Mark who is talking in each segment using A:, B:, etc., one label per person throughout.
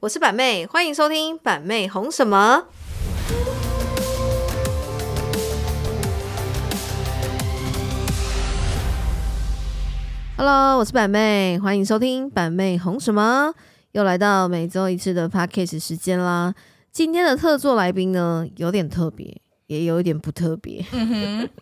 A: 我是板妹，欢迎收听《板妹红什么》。Hello，我是板妹，欢迎收听《板妹红什么》，又来到每周一次的 Podcast 时间啦。今天的特座来宾呢，有点特别，也有一点不特别。
B: 嗯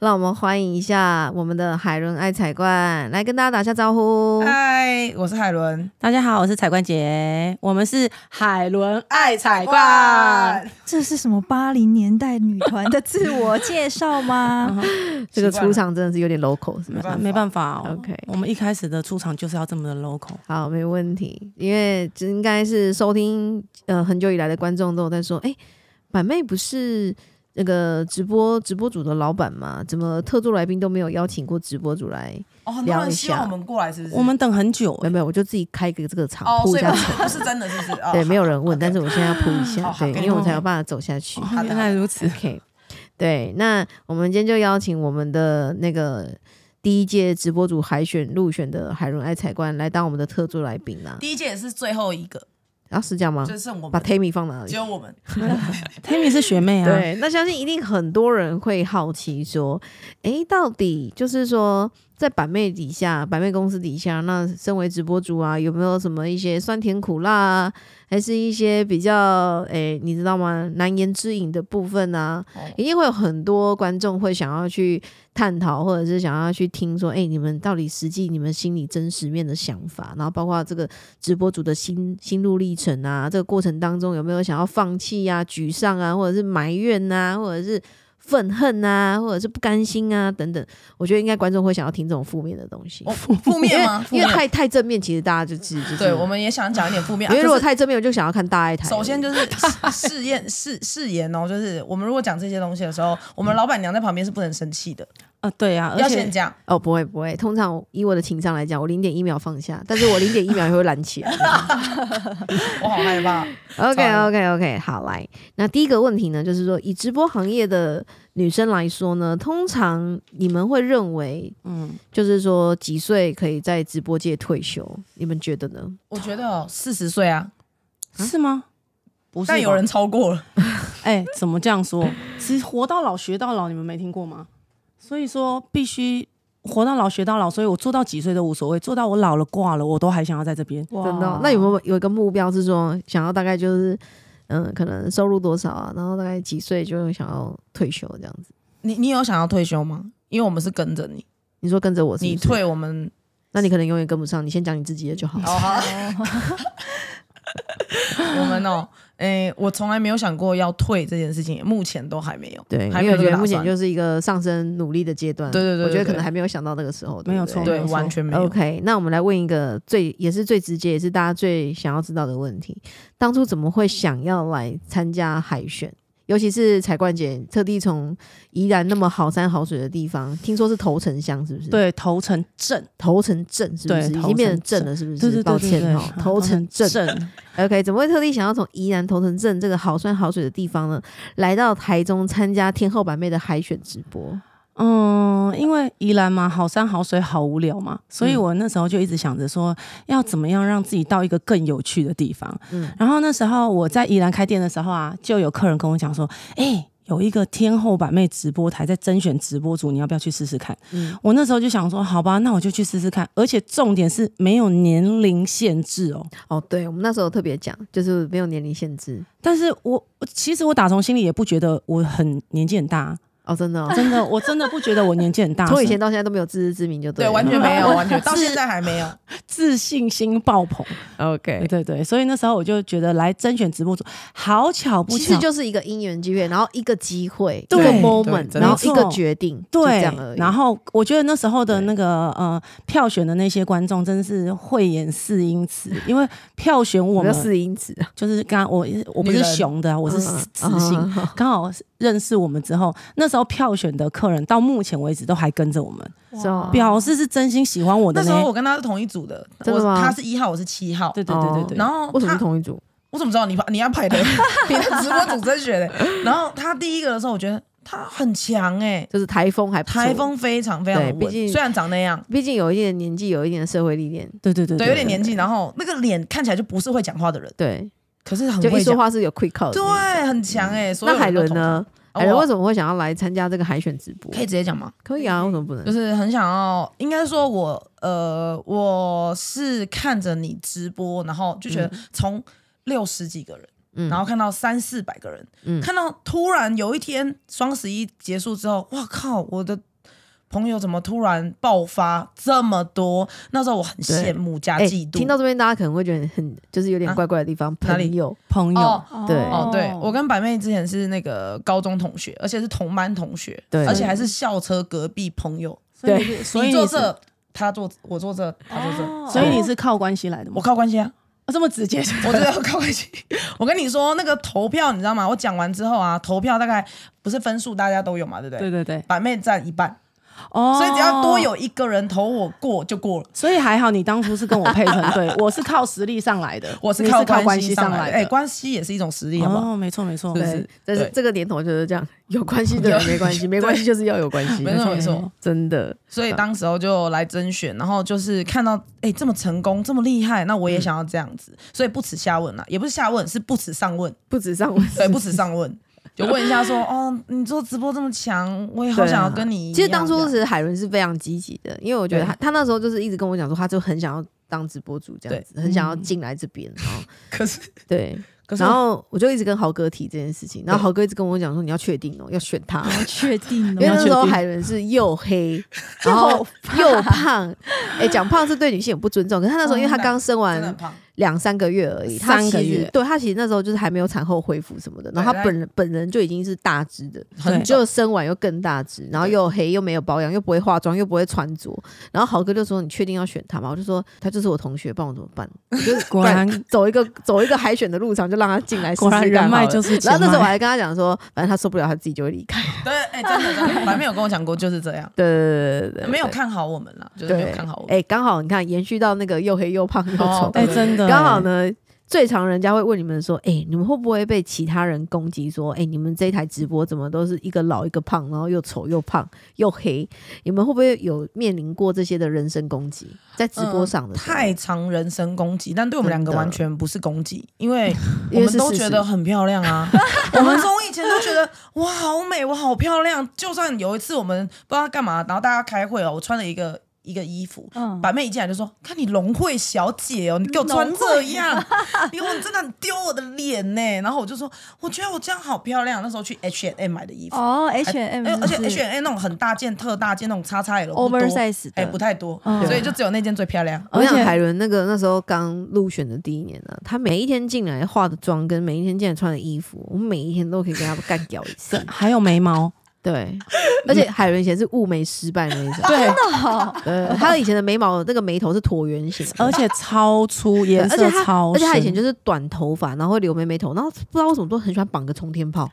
A: 让我们欢迎一下我们的海伦爱彩冠，来跟大家打下招呼。
B: 啊嗨，我是海伦，
C: 大家好，我是彩冠姐，我们是海伦爱彩冠。
B: 哇，
D: 这是什么八零年代女团的自我介 绍吗？
A: 这个
B: 习惯了
A: 出场真的是有点 local，是
C: 没
A: 吧？
C: 办没办法哦
A: OK
C: 我们一开始的出场就是要这么的 local。
A: 好，没问题，因为这应该是收听呃很久以来的观众都有在说，哎、板妹不是那个直播直播组的老板吗？怎么特助来宾都没有邀请过直播组来？
B: 哦，很多
A: 聊一
B: 人希望
A: 下
B: 我们过来，是不是？
C: 我们等很久
A: 没有没有，我就自己开个这个场
B: 哦，
A: 铺
B: 所
A: 一
B: 以
A: 下
B: 不
A: 场。
B: 是不是真的，是 不是？哦
A: 对，没有人问，
B: 好
A: 但是我现在要铺一下
B: 哦，好
A: 对，
B: 给
A: 因
B: 你
A: 为我
C: 弄
A: 才有办法走下去。
C: 哦，原来如此。
A: OK，对，那我们今天就邀请我们的那个第一届直播组海选入选的海伦爱彩冠来当我们的特助来宾啦。
B: 第一届也是最后一个，
A: 啊，是这样吗？
B: 就剩我
A: 把
B: 们，
A: Tammy 放哪里
B: 只？有我们。
C: Tammy 是学妹啊，，
A: 对，那相信一定很多人会好奇说，诶，到底就是说在板妹底下，板妹公司底下，那身为直播主啊，有没有什么一些酸甜苦辣啊，还是一些比较诶，你知道吗？难言之隐的部分啊，一定会有很多观众会想要去探讨，或者是想要去听说，哎、你们到底实际你们心里真实面的想法，然后包括这个直播主的心心路历程啊，这个过程当中有没有想要放弃啊、沮丧啊，或者是埋怨啊，或者是愤恨啊，或者是不甘心啊等等，我觉得应该观众会想要听这种负面的东西
B: 我，哦负面吗？负
A: 因为
B: 面。
A: 太太正面，其实大家就 其实就是
B: 对，我。们也想讲一点负面。
A: 因为如果
B: 啊可是
A: 太正面，我就想要看大爱台。
B: 首 先就是试试验试试言哦，就是我们如果讲这些东西的时候，我们老板娘在旁边是不能生气的，
C: 啊，对啊，而
B: 要先
C: 且
B: 讲。
A: 哦，不会不会，通常以我的情商来讲，我零点一秒放下，但是我零点一秒也会拦起来。
B: 我好害怕。
A: OK
B: 超
A: OK OK，好来，那第一个问题呢，就是说以直播行业的女生来说呢，通常你们会认为，
C: 嗯，
A: 就是说几岁可以在直播界退休？你们觉得呢？
B: 我觉得哦，四十岁啊，
C: 是吗？不是吧，
B: 但有人超过了。
C: 哎，怎么这样说？其实活到老学到老，你们没听过吗？所以说必须活到老学到老，所以我做到几岁都无所谓，做到我老了挂了，我都还想要在这边。
D: 哇
A: 真的哦、那有没有有一个目标是说，想要大概就是，嗯、可能收入多少啊，然后大概几岁就想要退休这样子？
B: 你你有想要退休吗？因为我们是跟着你，
A: 你说跟着我是不是
B: 你，退我们
A: 那你可能永远跟不上，你先讲你自己的就好了。
B: 哦，好， 我们哦，诶、我从来没有想过要退这件事情，目前都还没有，
A: 对，
B: 还
A: 因为
B: 没有
A: 我
B: 这
A: 觉
B: 个
A: 得
B: 打
A: 目前
B: 算，
A: 就是一个上升努力的阶段。
B: 对对对
A: 我觉得
B: 对
A: 可能还没有想到那个时候。对不
C: 没有
A: 对
C: 错
B: 对，
C: 没错
B: 完全没有。
A: OK，那我们来问一个最也是最直接，也是大家最想要知道的问题：当初怎么会想要来参加海选？尤其是彩冠姐特地从宜兰那么好山好水的地方，听说是头城乡，是不是？，
C: 对，头城镇，
A: 头城镇是不是
C: 对
A: 已经变成
C: 头城
A: 镇了？是不是？
C: 对对
A: 抱
C: 对对
A: 歉
C: 对
A: 哦，，头城镇。
C: 镇
A: OK，怎么会特地想要从宜兰头城镇这个好山好水的地方呢，来到台中参加天后版妹的海选直播？
C: 嗯，因为宜兰嘛，好山好水好无聊嘛，所
A: 嗯
C: 以我那时候就一直想着说，要怎么样让自己到一个更有趣的地方。
A: 嗯
C: 嗯，然后那时候我在宜兰开店的时候啊，就有客人跟我讲说，哎、有一个天后版妹直播台在甄选直播组，你要不要去试试看？
A: 嗯
C: 我那时候就想说，好吧，那我就去试试看。而且重点是没有年龄限制哦。
A: 哦，对，我们那时候特别讲，就是没有年龄限制。
C: 但是我我其实我打从心里也不觉得我很年纪很大，啊
A: 哦，真的、哦，
C: 真的，我真的不觉得我年纪很大。
A: 从以前到现在都没有自知之明，就
B: 对，
A: 了
B: 完全 没有，
C: 我
B: 完全
C: 是
B: 到现在还没有。
C: 自信心爆棚。对
A: OK，
C: 对对，所以那时候我就觉得来甄选直播组好巧不
A: 其实
C: 巧，
A: 就是一个因缘机会，然后一个机会，一
C: 嗯对
A: 个
C: 对
A: moment，
B: 真的
A: 然后一个
C: 没错
A: 决定，就这
C: 对
A: 样而已。
C: 然后我觉得那时候的
A: 对
C: 那个呃票选的那些观众真是慧眼识英词，因为票选我
A: 我们
C: 们
A: 要四因子，
B: 哦
C: 就是刚刚我我不
B: 女
C: 是
B: 人
C: 熊的啊，我是
A: 嗯
C: 雌性，
A: 嗯嗯
C: 刚好认识我们之后，那时候票选的客人到目前为止都还跟着我们，
A: 是哦
C: 表示是真心喜欢我的
B: 那时
C: 呢
B: 候。我跟他是同一组的，
A: 真的吗
B: 我他是一号，我是七号。
C: 对对对对对，
B: 然后
A: 为什么
B: 他
A: 是同一组？
B: 我怎么知道你你安排的？你的直播组甄选的。然后他第一个的时候，我觉得他很强哎、
A: 就是台风还不错
B: 台，风非常非常
A: 对
B: 的
A: 毕
B: 稳，
A: 竟
B: 虽然长那样，
A: 毕竟有一定的年纪，有一定的社会历练，
C: 对对对
B: 对，有点年纪，然后那个脸看起来就不是会讲话的人，
A: 对，
B: 可
C: 嗯
B: 是很
A: 就一
B: 会
A: 说
B: 讲，
A: 话是有 quick call 的那
C: 啊
A: 种。
B: 对，很强哎、所有
A: 那海
B: 人都
A: 伦
B: 同
A: 呢？
B: 哦
A: 海伦
B: 我
A: 为什么会想要来参加这个海选直播
B: 可？以直接讲吗？
A: 可以啊，为什么不
B: 嗯就
A: 能？
B: 是很想要，应该说我呃，我是看着你直播，然后就觉得从六十几个人，
A: 嗯
B: 然后看到三四百个人，
A: 嗯
B: 看到突然有一天双十一结束之后，哇靠，我的。朋友怎么突然爆发这么多？那时候我很
A: 对
B: 羡慕加
A: 哎，
B: 嫉妒。
A: 听到这边大家可能会觉得很就是有点
B: 啊
A: 怪怪的地方，
B: 哪里
A: 朋友
C: 朋友
B: 哦
A: 对
B: 哦，对我跟百妹之前是那个高中同学，而且是同班同学，
A: 对
B: 而且还是校车隔壁朋友。
C: 所以
A: 对
C: 所以
B: 你坐
C: 你是
B: 这，他坐我坐这，他坐这，
C: 所以
B: 对
C: 你是靠关系来的吗
B: 我？靠关系啊！
C: 啊这么直接，
B: 我真的要靠关系。 我跟你说，那个投票你知道吗？我讲完之后啊，投票大概不是分数大家都有嘛，对不对？
C: 对对对，
B: 百妹占一半，
C: 哦，
B: 所以只要多，有一个人投我过就过了。
C: 所以还好你当初是跟我配成 对，我是靠实力上来的，
B: 我
C: 你
B: 是
C: 是
B: 靠
C: 关
B: 系
C: 上
B: 来
C: 来
B: 的，哎，
C: 的，
B: 关系也是一种实力，好不好？
C: 哦，没错没错，
B: 对
A: 对
B: 是，
A: 但是
B: 对
A: 这个年头就是这样，有关系的人没关 系，没关系就是要有关系，
B: 没错没错，
A: 真的
B: 所以当时候就来甄选，然后就是看到哎、这么成功，这么厉害，那我也想要这样子，所以不耻下问啦，啊也不是下问，是不耻上 问，
A: 不止上文。
B: 对，不耻上问，就问一 下说，哦，你做直播这么强，我也好
A: 对啊
B: 想要跟你一样。
A: 其实当
B: 这
A: 初
B: 样
A: 是海伦是非常积极的，因为我觉得他他那时候就是一直跟我讲说，他就很想要当直播主这样子，很想要进来这边，然后
B: 可是
A: 对，
B: 可是
A: 然后我就一直跟豪哥提这件事情，然后
B: 对
A: 豪哥一直跟我讲说，你要确定哦，要选他哦，
D: 确定
A: 因为
D: 了
A: 那
D: 吗？
A: 时候海伦是又黑，然后 又胖，哎、讲胖是对女性很不尊重。可是她那时候，因为她刚生
B: 真的很
A: 完
B: 胖，
A: 两三个月而已，她
C: 三
A: 其
C: 个
A: 实
C: 月
A: 对她其实那时候就是还没有产后恢复什么的，然后她本人本人就已经是大只的，
B: 很久
A: 就生完又更大只，然后又黑又没有保养，又不会化妆，又不会穿着。然后豪哥就说：“你确定要选她吗？”我就说：“她就是我同学，帮我怎么办？”
C: 果然
A: 走一个走一个海选的路上，就让她进来试试
C: 果
A: 看好了。
C: 然人脉就是钱
A: 然后那时候我
C: 脉，
A: 还跟她讲说，反正她受不了，她自己就会离开。
B: 对，哎、真的，真的，反正有跟我讲过就是这样，
A: 对对对对对对，
B: 没有看好我们啦，就是没有看好
C: 哦
B: 我们。
A: 哎，刚好你看，延续到那个又黑又胖又丑
B: 哦，
C: 哎，
B: 对
C: 真的，
A: 刚好，呢。最常人家会问你们说：“哎、你们会不会被其他人攻击？说，哎、你们这一台直播怎么都是一个老一个胖，然后又丑又胖又黑？你们会不会有面临过这些的人身攻击？在直播上的、
B: 嗯太，常人身攻击，但对我们两个
A: 真的
B: 完全不是攻击，因为我
A: 因为
B: 们
A: 是
B: 都
A: 事
B: 觉
A: 实
B: 得很漂亮 啊。我们从以前都觉得哇，好美，我好漂亮。就算有一次我们不知道干嘛，然后大家开会哦，我穿了一个一个衣服。
D: 嗯
B: 板妹一进来就说：“看你龙慧小姐哦，你给我穿这样， 你我真的很丢我的脸呢。”然后我就说：“我觉得我这样好漂亮。”那时候去 H M 买的衣服，
D: 哦，H M，
B: 哎而且 H M 那种很大件、特大件那种叉叉 L 不多
D: oversize
B: 哎、
D: 的
B: 不太多，
A: 哦
D: 嗯
B: 所以就只有那件最漂亮。
A: 我
C: 而
A: 想
C: 且
A: 海伦那个那时候刚入选的第一年呢、啊，她每一天进来化的妆跟每一天进来穿的衣服，我们每一天都可以跟她干掉一 次。
C: 还有眉毛，
A: 对，而且海伦以前是雾眉失败的那一
B: 啊
A: 种，
C: 对，
D: 哦，
A: 对，她以前的眉毛那个眉头是椭圆形的，
C: 而且超粗，
A: 对
C: 颜
A: 而且
C: 色
A: 他
C: 超深，
A: 而且他以前就是短头发，然后会留妹妹头，然后不知道为什么都很喜欢绑个冲天炮，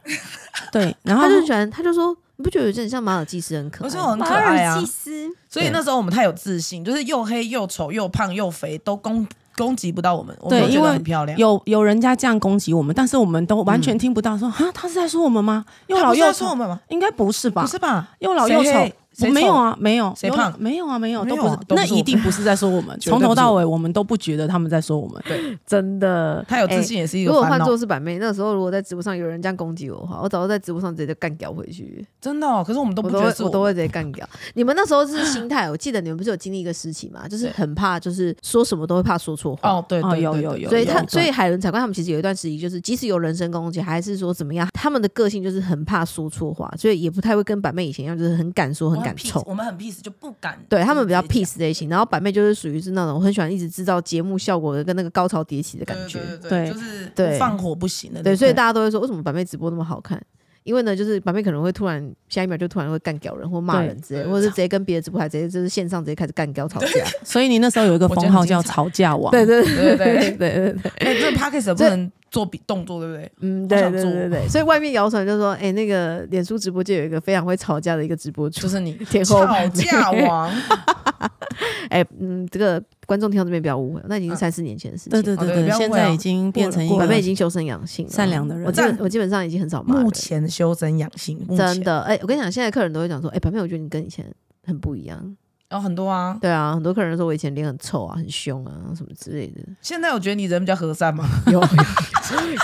C: 对，然后
A: 他就喜欢，他就说你不觉得有点像马尔济斯很可
B: 我
A: 爱
B: 说我
A: 吗？
B: 很可
D: 马
B: 爱
D: 尔
B: 啊
D: 济，斯，
B: 所以那时候我们太有自信，就是又黑又丑又胖又肥都攻攻击不到我们，我们
C: 对
B: 都觉
C: 因
B: 得
C: 为
B: 很漂亮。嗯
C: 有有人家这样攻击我们，但是我们都完全听不到说，啊、他是在说我们吗？又
B: 他
C: 老
B: 不是
C: 又
B: 在说我
C: 丑，
B: 们吗？
C: 应该不是吧？
B: 不是吧？
C: 又老又
B: 谁
C: 丑
B: 黑，谁
C: 我没有
B: 丑
C: 啊，没有，
B: 谁
C: 有
B: 胖
C: 老没有啊，没有，
B: 没
C: 都
B: 有
C: 不是
B: 啊，都不
C: 那
B: 是我
C: 一定不是在说我 们，
B: 绝对
C: 从
B: 不是
C: 头到
B: 我
C: 尾我们都不觉得他们在说我们。
B: 对，
A: 真的，
B: 他有自
A: 欸。
B: 信也是一
A: 如
B: 个
A: 果
B: 烦
A: 换
B: 恼
A: 做。是板妹，那时候如果在直播上有人这样攻击我的话，我早就在直播上直接就干掉回去，
B: 真的哦，可是我们都
A: 我
B: 不
A: 都
B: 觉
A: 会
B: 得是
A: 我都会直接干掉。你们那时候是心态， 我记得你们不是有经历一个时期嘛，就是很怕，就是说什么都会怕说错话。
B: 哦，对
C: 哦
B: 对，
C: 有
B: 对
C: 有
B: 对
C: 有
A: 所以
C: 有
A: 他，
C: 一段
A: 所以海伦长官他们其实有一段时期，就是即使有人身攻击，还是说怎么样，他们的个性就是很怕说错话，所以也不太会跟板妹以前一样，就是很敢说、
B: 我
A: 很
B: 们
A: 敢
B: peace，
A: 冲。
B: 我们很 peace 就不敢。
A: 对他们比较
B: 直接
A: peace 类型，然后板妹就是属于是那种我很喜欢一直制造节目效果的跟那个高潮迭起的
B: 讲
A: 感觉。
B: 对对对
C: 对
B: 就是
A: 对
B: 放火不行的。
A: 对所以大家都会说为什么板妹直播那么好看？因为呢，就是板妹可能会突然下一秒就突然会干掉人或骂
C: 对
A: 人之类，
B: 对
A: 或者是直接跟别的直播台直接就是线上直接开始干掉吵架。
C: 所以你那时候有一个
B: 我觉得
C: 封号
B: 很精
C: 叫“
B: 彩
C: 吵架王”，
A: 对对
B: 对对
A: 对对对，
B: 哎，这 podcast 不
A: 这
B: 能做比动作，对不 对？
A: 嗯，对
B: 想
A: 对
B: 做
A: 对对，所以外面谣传就说，哎、那个脸书直播界有一个非常会吵架的一个直播主，
B: 就是你
A: 天后
B: 吵架 王，
A: 哎、嗯，这个观众听到这边不要误会，那已经是三四年前的事情。
C: 对对
B: 哦
C: 对
B: 对不
C: 对，
B: 要
C: 现
B: 误会啊
C: 在已经变成一
A: 我
C: 个
A: 妹已经修身养性了，
C: 善良的人
A: 我基本我基本上已经很少骂人
B: 目，前修身养性，目前
A: 真，的。哎、我跟你讲，现在客人都会讲说，哎、板妹，我觉得你跟以前很不一样。
B: 然后很多啊。
A: 对啊，很多客人说我以前脸很臭啊，很凶啊，什么之类的。
B: 现在我觉得你人比较和善嘛，
A: 有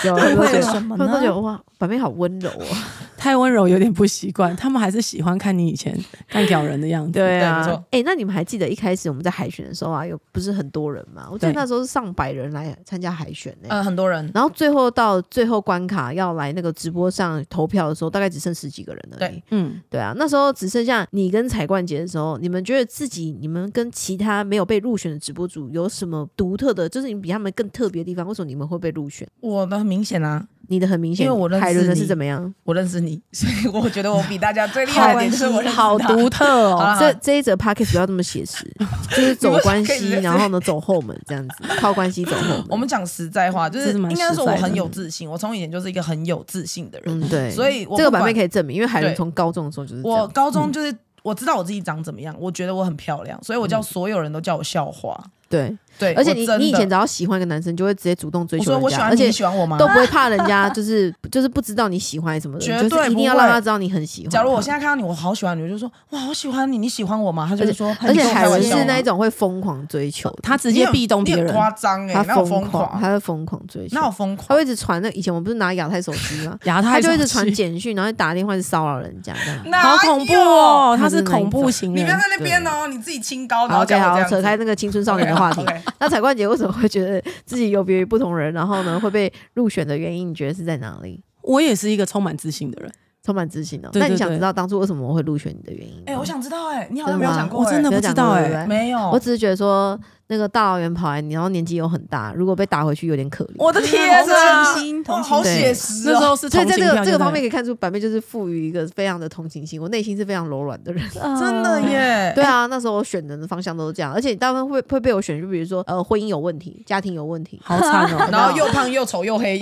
A: 有，都觉
D: 会为
A: 得
D: 什么
A: 啊他们都觉
D: 呢？
A: 得哇，板妹好温柔啊。
C: 太温柔，有点不习惯。他们还是喜欢看你以前干屌人的样子。
A: 对啊
B: 对没错，
A: 哎、那你们还记得一开始我们在海选的时候啊，有不是很多人嘛？我记得
C: 对
A: 那时候是上百人来参加海选呢、
B: 呃，很多人
A: 然后最后到最后关卡要来那个直播上投票的时候，大概只剩十几个人而已。
B: 对
C: 嗯，
A: 对啊，那时候只剩下你跟彩冠节的时候，你们觉得自己、你们跟其他没有被入选的直播主有什么独特的，就是你比他们更特别的地方？为什么你们会被入选？
B: 我的很明显啊，
A: 你的很明显，
B: 因为我认识
A: 海伦的
B: 你
A: 是怎么样？
B: 我认识你， 所以我觉得我比大家最厉害的点就是我认识他
C: 好独特
B: 好
C: 哦。
B: 啦
A: 这这一则 p o c k e t 不要这么写实，就是走关 系，然后呢走后门这样子，靠关系走后门。
B: 我们讲实在话，就是
C: 这是蛮
B: 应该说我
C: 实在
B: 很
C: 的
B: 有自信，我从以前就是一个很有自信的人，
A: 嗯对，
B: 所以我
A: 这个
B: 不管
A: 版面可以证明，因为海伦
B: 对
A: 从高中的时候就是这
B: 我
A: 样。嗯
B: 高中就是我知道我自己长怎么样，我觉得我很漂亮，所以我叫所有人都叫我校花。
A: 对，
B: 对，
A: 嗯而且
B: 我
A: 你
B: 真
A: 你以
B: 的
A: 前只要喜欢一个男生，就会直接主动追求
B: 我说
A: 人
B: 我喜
A: 家，
B: 欢
A: 而
B: 你，
A: 且
B: 你喜欢我吗？
A: 都不会怕人家就是就是不知道你喜欢什么的，
B: 绝
A: 你就
B: 对
A: 是一定
B: 不
A: 要让
B: 会
A: 他知道你很喜欢他。
B: 假如我现在看到你，我好喜欢你，我就说哇，好喜欢你，你喜欢我吗？他就
A: 而
B: 会
A: 且
B: 说，
A: 而且
B: 你跟我哦
A: 海
B: 开玩
A: 文
B: 笑吗
A: 是那一种会疯狂追求的，
C: 他直接壁咚别
B: 你很
C: 人
B: 你很，夸张哎，
A: 他
B: 那我
A: 疯狂，
B: 狂，
A: 他会疯狂追求
B: 那，我疯
A: 他
B: 狂
A: 会，一直传那以前我不是拿亚太手机 吗？
C: 然后他
A: 他
C: 还
A: 就一直
C: 生
A: 传
C: 气
A: 简讯，然后打电话去骚扰人家这样。
B: 哪
C: 好
B: 有
C: 恐怖！哦，
A: 他
C: 他
A: 是
C: 是
A: 哪一
C: 恐怖
A: 种
C: 型
B: 你不要
C: 人
B: 在。那边哦，你自己清高，然
A: 好
B: 后
A: ，OK，
B: 讲我
A: 好
B: 这，样
A: 扯
B: 子
A: 开那个青春少年的话题
B: OK，。OK，
A: 那彩冠姐为什么会觉得自己有别于不同人，然后呢会被入选的原因，你觉得是在哪里？
C: 我也是一个充满自信的人，
A: 充满自信的。哦
C: 对
A: 那你
C: 对
A: 想
C: 对
A: 知道当初为什么我会入选你的原因吗？
B: 哎，我想知道哎，你好
A: 真的
B: 像没有
A: 吗
B: 讲过
C: 我
B: 哎，
C: 真的
A: 没有
C: 不知
A: 讲
C: 道
A: 过对
C: 哎
A: 不对
B: 没有，
A: 我只是觉得说，那个大老远跑来，然后年纪又很大，如果被打回去有点可怜。
B: 我的天
D: 好
B: 呐，
D: 同情
B: 哇
D: 同情
B: 好
A: 对
B: 写实
C: 那时
B: 哦。
C: 候是
A: 所以
C: 同
A: 在
C: 情
A: 这
C: 票
A: 个这个
C: 就
A: 方
C: 对
A: 面可以看出，板妹就是赋予一个非常的同情心，我内心是非常柔软的人。
B: 真的
D: 嗯
B: 耶，
A: 对啊，那时候我选人的方向都是这样，而且大部分会会被我选，就比如说呃婚姻有问题、家庭有问 题，
C: 好惨哦。
B: 然后又胖又丑又黑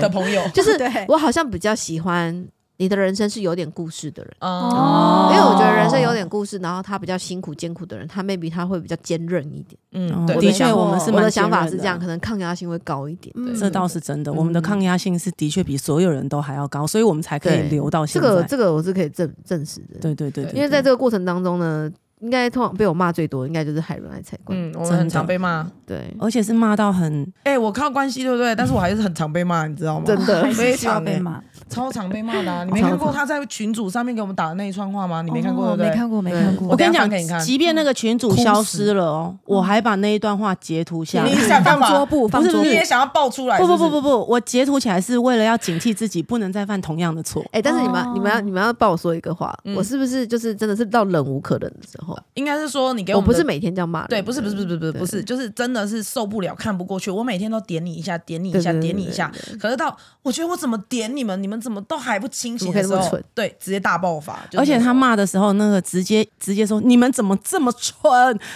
B: 的朋友，嗯
A: 就是
D: 对
A: 我好像比较喜欢你的人生是有点故事的人。
B: 嗯，
D: 哦
A: 因为我觉得人生有点故事，然后他比较辛苦艰苦的人，他 maybe 他会比较坚韧一点。
B: 嗯，
A: 我
B: 对，
A: 的
C: 的
A: 想
C: 确
A: 法
C: 哦我们是
A: 我
C: 蛮
A: 的想法
C: 坚
A: 是
C: 韧
A: 这
C: 的
A: 样，可能抗压性会高一点。
D: 嗯
C: 这倒是真的，我们的
A: 嗯
C: 抗压性是的确比所有人都还要高，所以我们才可以
A: 对
C: 留到
A: 这
C: 现
A: 个
C: 在。
A: 这个我是可以证证实的，
C: 对对对，对
A: 因为在这个过程当中呢，应该通常被我骂最多，应该就是海伦来采光。
B: 嗯，我们很常被骂。
A: 对
C: 对，而且是骂到很
B: 哎，我靠关系对不对？但是我还是很常被骂，你知道吗？
A: 真的
D: 还是
B: 非
D: 需要
B: 常
D: 被
B: 欸
D: 骂。
B: 超常被骂的啊。你没
A: 超
B: 看过
A: 常
B: 他在群组上面给我们打的那一串话吗？你没看过对
D: 哦
B: 不对？
D: 没看过，没
A: 对
D: 看过。
B: 我
C: 我跟
B: 等
C: 你
B: 一下翻
C: 讲
B: 给你看，
C: 即便那个群主
B: 哭死
C: 消失了哦，我还把那一段话截图下来。
B: 你想干
D: 放
B: 嘛
D: 桌布，放
C: 不是
D: 桌
C: 不
D: 布
B: 你
C: 是
B: 也想要爆出来？
C: 不不
B: 是
C: 不
B: 是
C: 不，不，我截图起来是为了要警惕自己，不能再犯同样的错。
A: 哎，但是你们要你们要
D: 哦
A: 你们要帮我说一个话，
B: 嗯
A: 我是不是就是真的是到忍无可忍的时候？
B: 应该是说你给
A: 我
B: 我
A: 不
B: 们
A: 是
B: 的。
A: 每天这样骂人的，
B: 对，不是不是不是不是不是，就是真的是受不了，看不过去。我每天都点你一下，点你一
A: 对
B: 下，
A: 对对
B: 点你一下
A: 对对。
B: 可是到我觉得我怎么点你们，你们怎么都还不清
A: 怎
B: 醒
A: 么可以
B: 的
A: 那
B: 时
A: 么
B: 候
A: 蠢，
B: 对，直接大爆发。就是
C: 而且
B: 那
C: 他
B: 种
C: 骂的时候，那个直接直接说你们怎么这么蠢？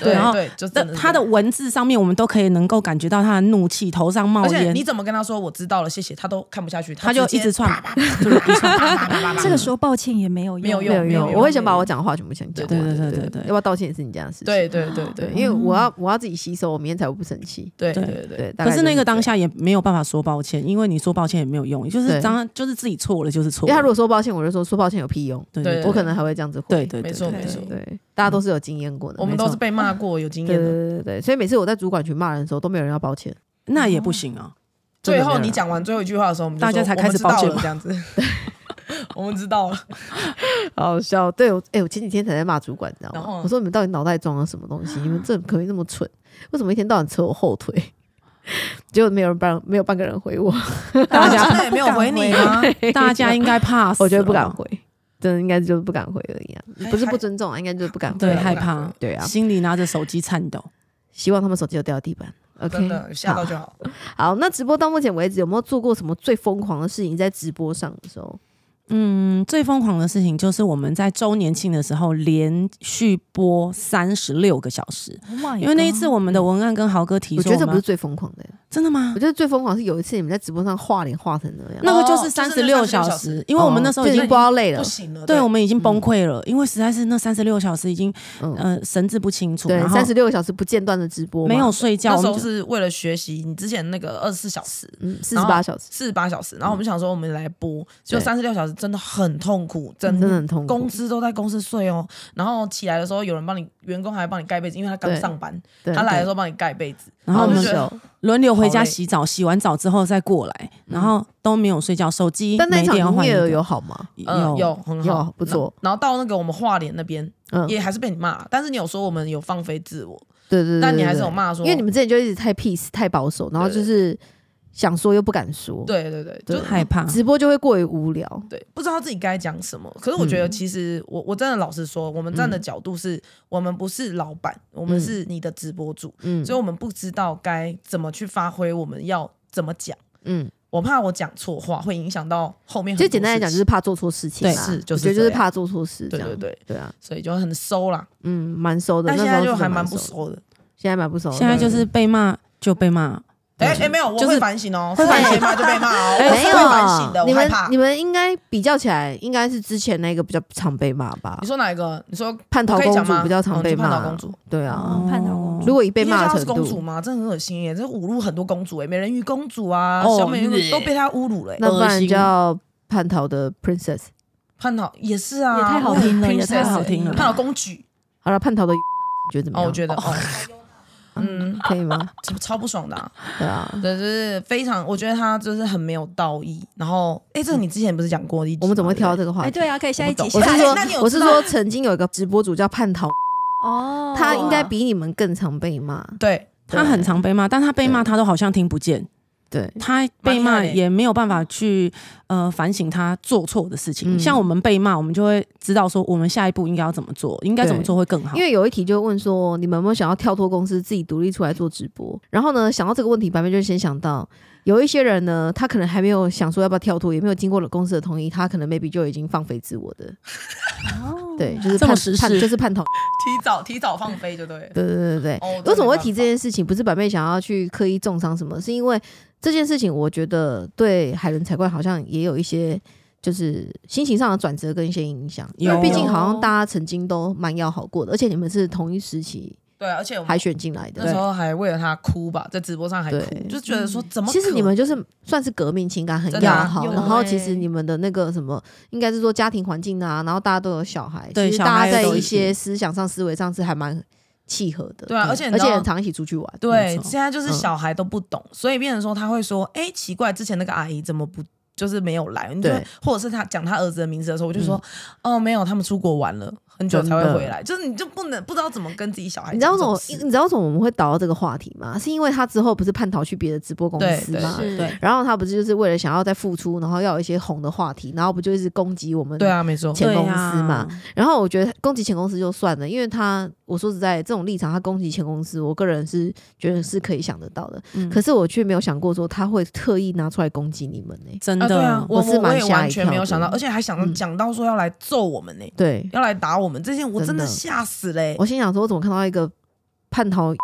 B: 对
C: 然后
B: 对，就真
C: 那
B: 的是
C: 他的
B: 这样，
C: 文字上面，我们都可以能够感觉到他的怒气，头上冒
B: 而且
C: 烟
B: 你，怎么跟他说我知道了，谢谢，他都看不下去，
C: 他就
B: 直接
C: 一直窜
B: 啪啪啪啪啪啪啪啪啪啪
D: 这个时候抱歉也没有用，
B: 没有
A: 没有
B: 没有
A: 用，
B: 用
A: 我会想把我讲的话全部先讲完。
C: 对对对对对对
A: 要不要道歉也是你家的事情。
B: 对对对对
A: 对，因为我要我要自己吸收，我明天才不生气。
B: 对
C: 对
B: 对对，
A: 对，大
C: 可
A: 概
C: 是那
A: 就
C: 个当
A: 这样。
C: 下也没有办法说抱歉，因为你说抱歉也没有用，就
A: 对
C: 是当然就是自己错了就是错
A: 因为他如
C: 了。
A: 果说抱歉，我就说说抱歉有屁用，
C: 对
B: 对
C: 对
A: 我可能还会这样子回。
C: 对对，
B: 没
C: 对
B: 错
C: 对
B: 没
C: 对
B: 错
A: 对，大家都是有经验过的，
B: 我们
A: 没
B: 都
A: 错
B: 是被骂过，有经
A: 对
B: 验
A: 对
B: 的。
A: 对对对，所以每次我在主管群骂人的时候，都没有人要道 歉。
C: 那也不行 啊。
B: 最后你讲完最后一句话的时候，我们就
C: 大家
B: 说
C: 才
B: 我
C: 开
B: 们
C: 始
B: 知道
C: 抱歉
B: 了
C: 嘛
B: 这样子。我们知道了，
A: 好笑，对我，哎、我前几天才在骂主管，你知道
B: 然后
A: 吗
B: 呢？
A: 我说你们到底脑袋装了什么东西？你们这可不可以那么蠢？为什么一天到晚扯我后腿？ 结果没有人半没有半个人回 我，
C: 大家
B: 真的也没有回你吗？
C: 大家应该怕死了，
A: 我觉得不敢回，真的应该就是不敢回而已啊，
B: 哎还
A: 不是不尊重啊，应该就是不敢回。
C: 对，
B: 对
C: 害
B: 不敢
C: 怕
B: 回，
A: 对啊，
C: 心里拿着手机颤抖。
A: 希望他们手机有掉到地板。OK，
B: 真的吓到就好。
A: 好，那直播到目前为止有没有做过什么最疯狂的事情？在直播上的时候，
C: 嗯，最疯狂的事情就是我们在周年庆的时候连续播三十六个小时，
D: Oh my
C: 因为那一次
D: God
C: 我们的文案跟豪哥提
A: 哎嗯我
C: 出
A: 觉
C: 我
A: 得
C: 们要，
A: 这不是最疯狂的，
C: 真的吗
A: 我？觉得最疯狂是有一次你们在直播上画脸画成那样，哦
C: 那个就
B: 哦就是是
C: 三
B: 那
C: 十六
B: 36
C: 小
B: 小
C: 时
B: 时，
C: 因为我们那时候已
A: 就已
C: 经
A: 经不知道累了
B: 不，行了，
C: 对，我们已经崩溃了，因为实在是那三十六小时已经
A: 嗯，
C: 呃神志不清楚，
A: 对
C: 然，后
A: 三十六个小时不间断的直播嘛，
C: 没有睡觉，
B: 那时候
C: 我们就是
B: 为了学习你之前那个二十四小时。
A: 嗯，四十八小时，
B: 四十八小时，然
A: 嗯
B: 后我们想说我们来播，就三十六小时真的很痛苦，真
A: 真的
B: 的
A: 很痛苦
B: 工，资都在公司睡哦。然后起来的时候，有人帮你，员工还帮你盖被子，因为他刚
A: 对
B: 上班，
A: 对
B: 他来的时候帮你盖被子，
C: 然后我
B: 我
C: 们
B: 哦就觉得
C: 轮流回家
B: 好累嗯
C: 洗澡，洗完澡之后再过来，然后都没有睡觉，手机
A: 但那
C: 没
A: 场
C: 电
A: 营
C: 换一
A: 业额
C: 个
A: 有好吗？
B: 呃
C: 有
B: 有很
A: 有
B: 好
A: 不错
B: 然。然后到那个我们画脸那边
A: 嗯，
B: 也还是被你骂，但是你有说我们有放飞自我，
A: 对对对，
B: 但你
A: 对
B: 还是
A: 对
B: 有骂说
A: 因为你们之前就一直太 peace 太保守，然后就是想说又不敢说，
B: 对对对，就
A: 对
C: 害怕，
A: 直播就会过于无聊，
B: 对，不知道自己该讲什么。可是我觉
A: 嗯
B: 得，其实我、我真的老实说，我们站的角度是、我们不是老板，我们
A: 嗯
B: 是你的直播主，
A: 嗯
B: 所以我们不知道该怎么去发挥，我们要怎么讲。
A: 嗯，
B: 我怕我讲错话会影响到后面很多
A: 就
B: 事情，
A: 简单来讲就是怕做错事情啦，
B: 对是
A: 我
B: 就是
A: 觉得就是
B: 这样
A: 怕做错事，
B: 对
A: 这
B: 对
A: 样
B: 对，
A: 对啊，
B: 所以就很收啦。
A: 嗯，蛮熟的，
B: 但
A: 那
B: 现
A: 时候
B: 在
A: 是
B: 就还
A: 蛮
B: 蛮不
A: 熟的，
B: 熟的。
A: 现在蛮不熟的，
C: 现在就是被骂就被骂，
B: 哎哎，没有，我
C: 就是
B: 会反省哦，
A: 会
B: 是
A: 反
B: 被
A: 省
B: 骂就被骂哦，我
A: 没
B: 是会反省的，
A: 有，啊你
B: 我害
A: 们
B: 怕
A: 你。们应该比较起来，应该是之前那个比较常被骂吧
B: 你？说哪一个？你说
A: 叛逃
B: 我可以
A: 公
B: 讲
A: 主
B: 吗
A: 比较常
B: 哦你
A: 被
B: 说叛
A: 骂，
B: 逃公主，
A: 对啊。
D: 哦叛逃公主
A: 如果以被骂
B: 因为
A: 的
B: 她是
A: 程
B: 公主
A: 度，
B: 吗？真的很恶心耶！这侮辱很多公主哎，美人鱼公主啊，
C: 哦
B: 小美人
C: 耶
B: 鱼都被她侮辱了耶。
A: 嗯那不
C: 恶
A: 然
C: 心
A: 叫叛逃的 princess。
B: 叛逃也是啊，
D: 也太好听了也太
C: 好听了
B: 叛逃公举
A: 好了，叛逃的你觉得怎么
B: 哦，
A: 样？
B: 我觉得哦，嗯，
A: 可以 吗？
B: 超超不爽的啊，
A: 对啊，
B: 对，就是非常，我觉得他就是很没有道义。然后，哎，这个你之前不是讲过一集吗？
A: 我们怎么会挑到
B: 对
A: 这个话
D: 哎，
A: 题？
D: 对啊，可以下一集
B: 我
A: 我
B: 不
A: 是
B: 懂
D: 下一
A: 说
D: 集
B: 那你有，
A: 我
B: 知
A: 是
B: 道
A: 说，曾经有一个直播主叫叛逃，
D: 哦，
A: 他应该比你们更常被骂。
B: 不对？对，
C: 他很常被骂，但他被骂他都好像听不见，
A: 对，
C: 他被骂
B: 蛮厉害的
C: 也没有办法去呃反省他做错的事情。
A: 嗯
C: 像我们被骂，我们就会知道说我们下一步应该要怎么做，应该怎么
A: 对
C: 做会更好
A: 因。为有一题就问说，你们有没有想要跳脱公司自己独立出来做直播？然后呢，想到这个问题，白妹就先想到有一些人呢，他可能还没有想说要不要跳脱，也没有经过了公司的同意，他可能 maybe 就已经放飞自我的。
D: 哦
A: 对，就是
C: 哦这么
A: 叛
C: 时
A: 叛
C: 事
A: 就是叛逃。
B: 提早提早放飞就对了。
A: 对对对对。
B: 哦
A: 为什么会提这？件事情？不是板妹想要去刻意重伤什么，是因为这件事情，我觉得对海伦财会好像也有一些就是心情上的转折跟一些影响，因为
C: 有
A: 毕竟好像大家曾经都蛮要好过的，而且你们是同一时期
B: 对，而且我们
A: 海选进来
B: 那时
A: 的，
B: 候还为了他哭吧，在直播上还
A: 对
B: 哭，就觉得说怎么可
A: 其实你们就是算是革命情感很
B: 真的
A: 要
B: 啊
A: 好，
D: 有
A: 然后
D: 欸
A: 其实你们的那个什么，应该是说家庭环境啊，然后大家都有小孩，
C: 对
A: 其实
C: 小
A: 大
C: 孩
A: 家在
C: 都
A: 一
C: 一
A: 些思想上、思维上是还蛮契合的，嗯
B: 对啊而且你
A: 而
B: 知
A: 且
B: 道
A: 很常一起出去玩，
B: 对
C: 没，错
B: 现在就是
A: 嗯
B: 小孩都不懂，所以变成说他会说，哎、奇怪，之前那个阿姨怎么不就是没有来？你就
A: 对嗯
B: 或者是他讲他儿子的名字的时候，我就说，哦，没有，他们出国玩了，很久才
A: 真
B: 会
A: 的
B: 回来，就是你就不能不知道怎么跟自己小孩
A: 你知道
B: 讲
A: 为
B: 这
A: 什
B: 种
A: 么
B: 事？？
A: 你知道为什么我们会导到这个话题吗？是因为他之后不是叛逃去别的直播公
B: 对
A: 司
B: 对
A: 吗？
D: 是
C: 对
A: 然后他不是就是为了想要再付出，然后要有一些红的话题，然后不就一直攻击我们？
B: 对。啊，没错，
A: 前
C: 对
A: 公司
C: 啊
A: 嘛，然后我觉得攻击前公司就算了，因为他我说实在，这种立场他攻击前公司，我个人是觉得是可以想得到的。
C: 嗯
A: 可是我却没有想过说他会特意拿出来攻击你们呢、
C: 真
B: 啊，对
C: 的，
B: 啊，我
A: 我 是蛮
B: 也
A: 吓
B: 完
A: 一
B: 全没
A: 跳
B: 有想到，
A: 的
B: 而且还想
A: 嗯
B: 讲到说要来揍我们呢、
A: 对，
B: 要来打我们，这些我
A: 真
B: 真
A: 的
B: 的吓死嘞、
A: 我心想说，我怎么看到一个叛逃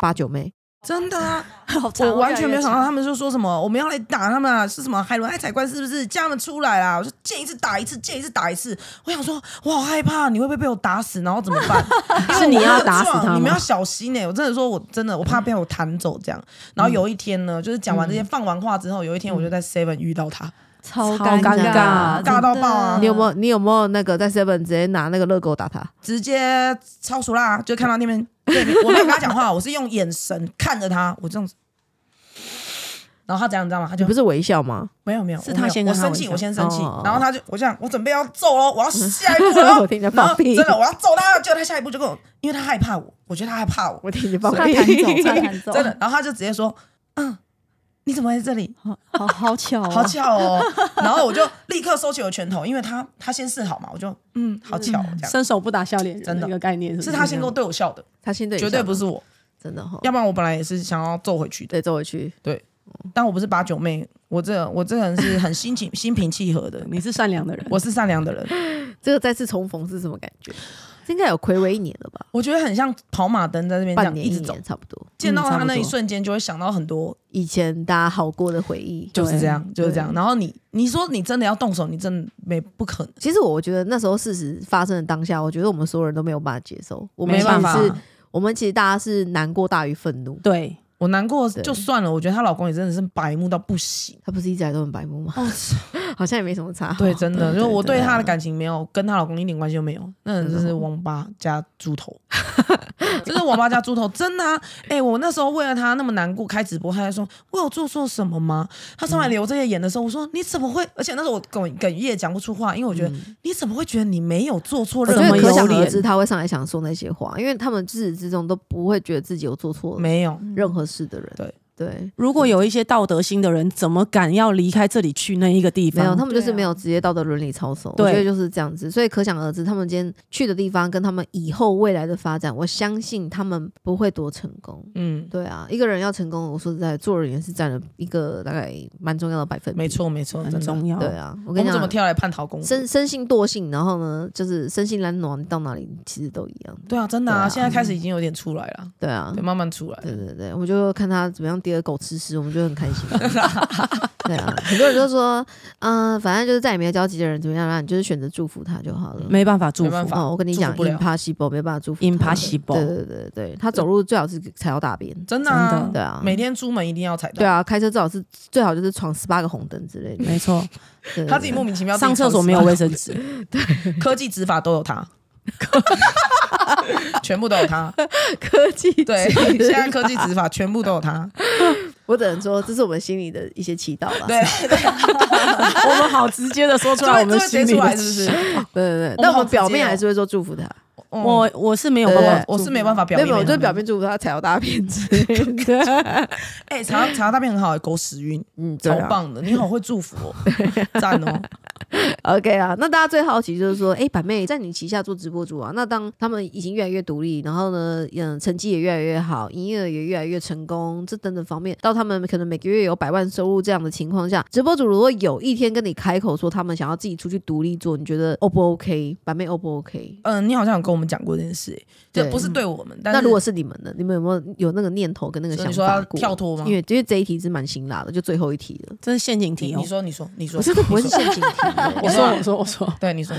A: 八九妹？
B: 真的啊，
D: 好长
B: 我完全没有想到，
D: 越来
B: 他们就说什么我们要来打他们啊，是什么海伦爱彩冠是不是叫他们出来啊？我说见一次打一次，见一次打一次。我想说，我好害怕，你会不会被我打死？然后怎么 办？
C: 是你要打死
B: 啊因为我没有
C: 他
B: 撞你们要
C: 吗？
B: 小心呢、欸我真的说，我真的我怕被我弹走这
C: 嗯
B: 样。然后有一天呢，就是讲完这些放完话之后，有一天我就
C: 嗯
B: 在 Seven 遇到他，
D: 越长超
C: 超
D: 尴
C: 尴尬
D: 尬，
B: 尬到爆啊
D: 嗯
A: 你有 没有你有没有那个在 Seven 直接拿那个乐狗打他？
B: 直接超熟啦，就看到那边，对面我没有跟他讲话，我是用眼神看着他，我这种。然后他怎样，你知道吗？他
A: 你
B: 就
A: 不是微笑吗？
B: 没有没有，
C: 是
B: 我
C: 他
B: 没有
C: 先跟
B: 我
C: 他
B: 生
C: 微
B: 气，
C: 笑
B: 我先生气
A: 哦哦哦，
B: 然后他就我这样，我准备要揍喽，我要下一步了
A: 我，听你在
B: 然
A: 放
B: 后
A: 屁，
B: 真的我要揍他，结果他下一步就跟我，因为他害怕我，我觉得他害 怕我，
A: 我听你放
D: 他
A: 屁，
D: 弹走，啊他弹走，
B: 真的，然后他就直接说，嗯，你怎么会在这里？
D: 好好好巧哦，
B: 好巧哦，然后我就立刻收起我的拳头，因为他他先示好嘛，我就嗯，好巧这样，
C: 伸手不打笑脸人，
B: 真的
C: 一个概念是不
B: 是
C: 是
B: 他先跟我对我笑的，
A: 他先对你
B: 绝
A: 笑
B: 对不是我，
A: 真的哈，
B: 要不然我本来也是想要揍回去的，
A: 对，走回去，
B: 对，但我不是八九妹，我这我这个人是很心情心平气和的，
C: 你是善良的人，
B: 我是善良的人。
A: 这个再次重逢是什么感觉？这应该有暌违一年了吧？
B: 我觉得很像跑马灯在这边这
A: 半
B: 样
A: 年
B: 一直走
A: 年，嗯差不多。
B: 见到
C: 差
B: 他
C: 不
B: 那一
C: 多
B: 瞬间就会想到很多，
A: 以前大家好过的回忆，
B: 就是这
C: 对
B: 样，就是这样。然后你你说你真的要动手，你真的没不可能，
A: 其实我觉得那时候事实发生的当下，我觉得我们所有人都没有办法接受，我们
B: 没
A: 其
B: 办
A: 实
B: 法。
A: 是，我们其实大家是难过大于愤怒。
C: 对，
B: 我难过
A: 对
B: 就算了，我觉得她老公也真的是白目到不行。
A: 他不是一直以来都很白目吗？
B: 哦，
A: 好像也没什么差。
B: 对，真的，
A: 哦对
B: 就是我
A: 对嗯
B: 对
A: 啊
B: 她的感情没有，跟她老公一点关系都没有，那人就是王八加猪头，就是王八加猪头，真的啊！哎、我那时候为了她那么难过，开直播，她还说我有做错什么吗？她
A: 嗯
B: 上来流这些眼的时候，我说你怎么会？而且那时候我哽哽咽讲不出话，因为我觉得、你怎么会觉得你没有做错
A: 嗯我觉
B: 任
A: 得
B: 何
C: 这么
A: 可
B: 有
A: 想
C: 有
A: 而
C: 脸
A: 知他会上来想说那些话，因为他们自始至终都不会觉得自己有做错
B: 没有？
D: 嗯
A: 任何事的人。
B: 嗯对
A: 对，
C: 如果有一些道德心的人，怎么敢要离开这里去那一个地
A: 没
C: 方？
A: 有，他们就
D: 对
A: 是
D: 啊
A: 没有职业道德伦理操守，我
C: 对
A: 觉得就是这样子。所以可想而知，他们今天去的地方跟他们以后未来的发展，我相信他们不会多成功。
B: 嗯，
A: 对啊，一个人要成功，我说实在，做人也是占了一个大概蛮重要的百分比。
B: 没，错没错，真
C: 很
B: 的。
C: 重要。
A: 对啊，我
B: 我
A: 跟
B: 们
A: 你
B: 怎么
A: 讲，
B: 跳来叛逃公主？
A: 生生性惰性，然后呢，就是生性懒惰，你到哪里其实都一样。
B: 对啊，真的
A: 对
B: 啊，
A: 啊
B: 现在开始已经有点出来了，
A: 对啊，
B: 对，慢慢出来了。
A: 对对对，我们就看他怎么样跌了狗吃屎，我们就很开 心。对啊，很多人都说，嗯、反正就是再也没有交集的人怎么样啦，你就是选择祝福他就好了。
C: 没办法祝
B: 没办
C: 福
B: 法
A: 哦，我跟你讲
B: 祝福不了
A: ，impossible 没办法祝福他的。
C: ，impossible。
A: 对对对对，他走路最好是踩到大便。
B: 真的啊
C: 真，
A: 对啊，
B: 每天出门一定要踩到。
A: 对，啊，开车最好是最好就是闯十八个红灯之类的。
C: 没错，
A: 对啊
B: 他自己
A: 对
B: 莫名其妙
C: 上厕所没有卫生纸，
B: 纸，科技执法都 有他，全部都有他。
A: 科技
B: 对，现在科技执法全部都 有他。
A: 我只能说这是我们心里的一些祈祷吧。
B: 对，
C: 我们好直接的说
A: 啊
C: 出来，
B: 就
C: 我
B: 会就
C: 们
B: 会
C: 心
B: 直接
C: 里
B: 出来是
C: 的
B: 不
C: 事。
B: 是？
A: 对对对
B: 们，
A: 但我
B: 好
A: 们
B: 直
A: 表
B: 接
A: 面
B: 哦
A: 还是会说祝福他，
B: 嗯
C: 我我是没有
A: 对
C: 办
B: 我
C: 法，
B: 我是没办法表
A: 没有没有，我
B: 面
A: 就
B: 的。
A: 是表面祝福他踩到大便之类的。
B: 哎，查查大便很好，狗屎运，
A: 嗯， 对
B: 超
A: 啊。
B: 棒的，你好会祝福 哦，赞哦。
A: OK 啊，那大家最好奇就是说，哎、板妹在你旗下做直播主啊，那当他们已经越来越独立，然后呢，嗯，成绩也越来越好，营业额也越来越成功，这等等方面，到他们可能每个月有百万收入这样的情况下，直播主如果有一天跟你开口说他们想要自己出去独立做，你觉得 O 不 OK？板妹 O 不 OK？
B: 嗯，你好像有跟我们讲过这件事，哎就
A: 对
B: 不是对我们，但
A: 那
B: 是
A: 如果是你们呢？你们有没有有那个念头跟那个
B: 所以
A: 想
B: 你说
A: 法
B: 要
A: 过？
B: 跳脱吗
A: 因？为因为这一题是蛮辛辣的，就最后一题 了。
C: 这是陷阱题
B: 你
C: 哦
B: 你。说，你说，你说，
A: 我觉得不会是陷阱 题，
C: 我说，我说，我说，
B: 对你说，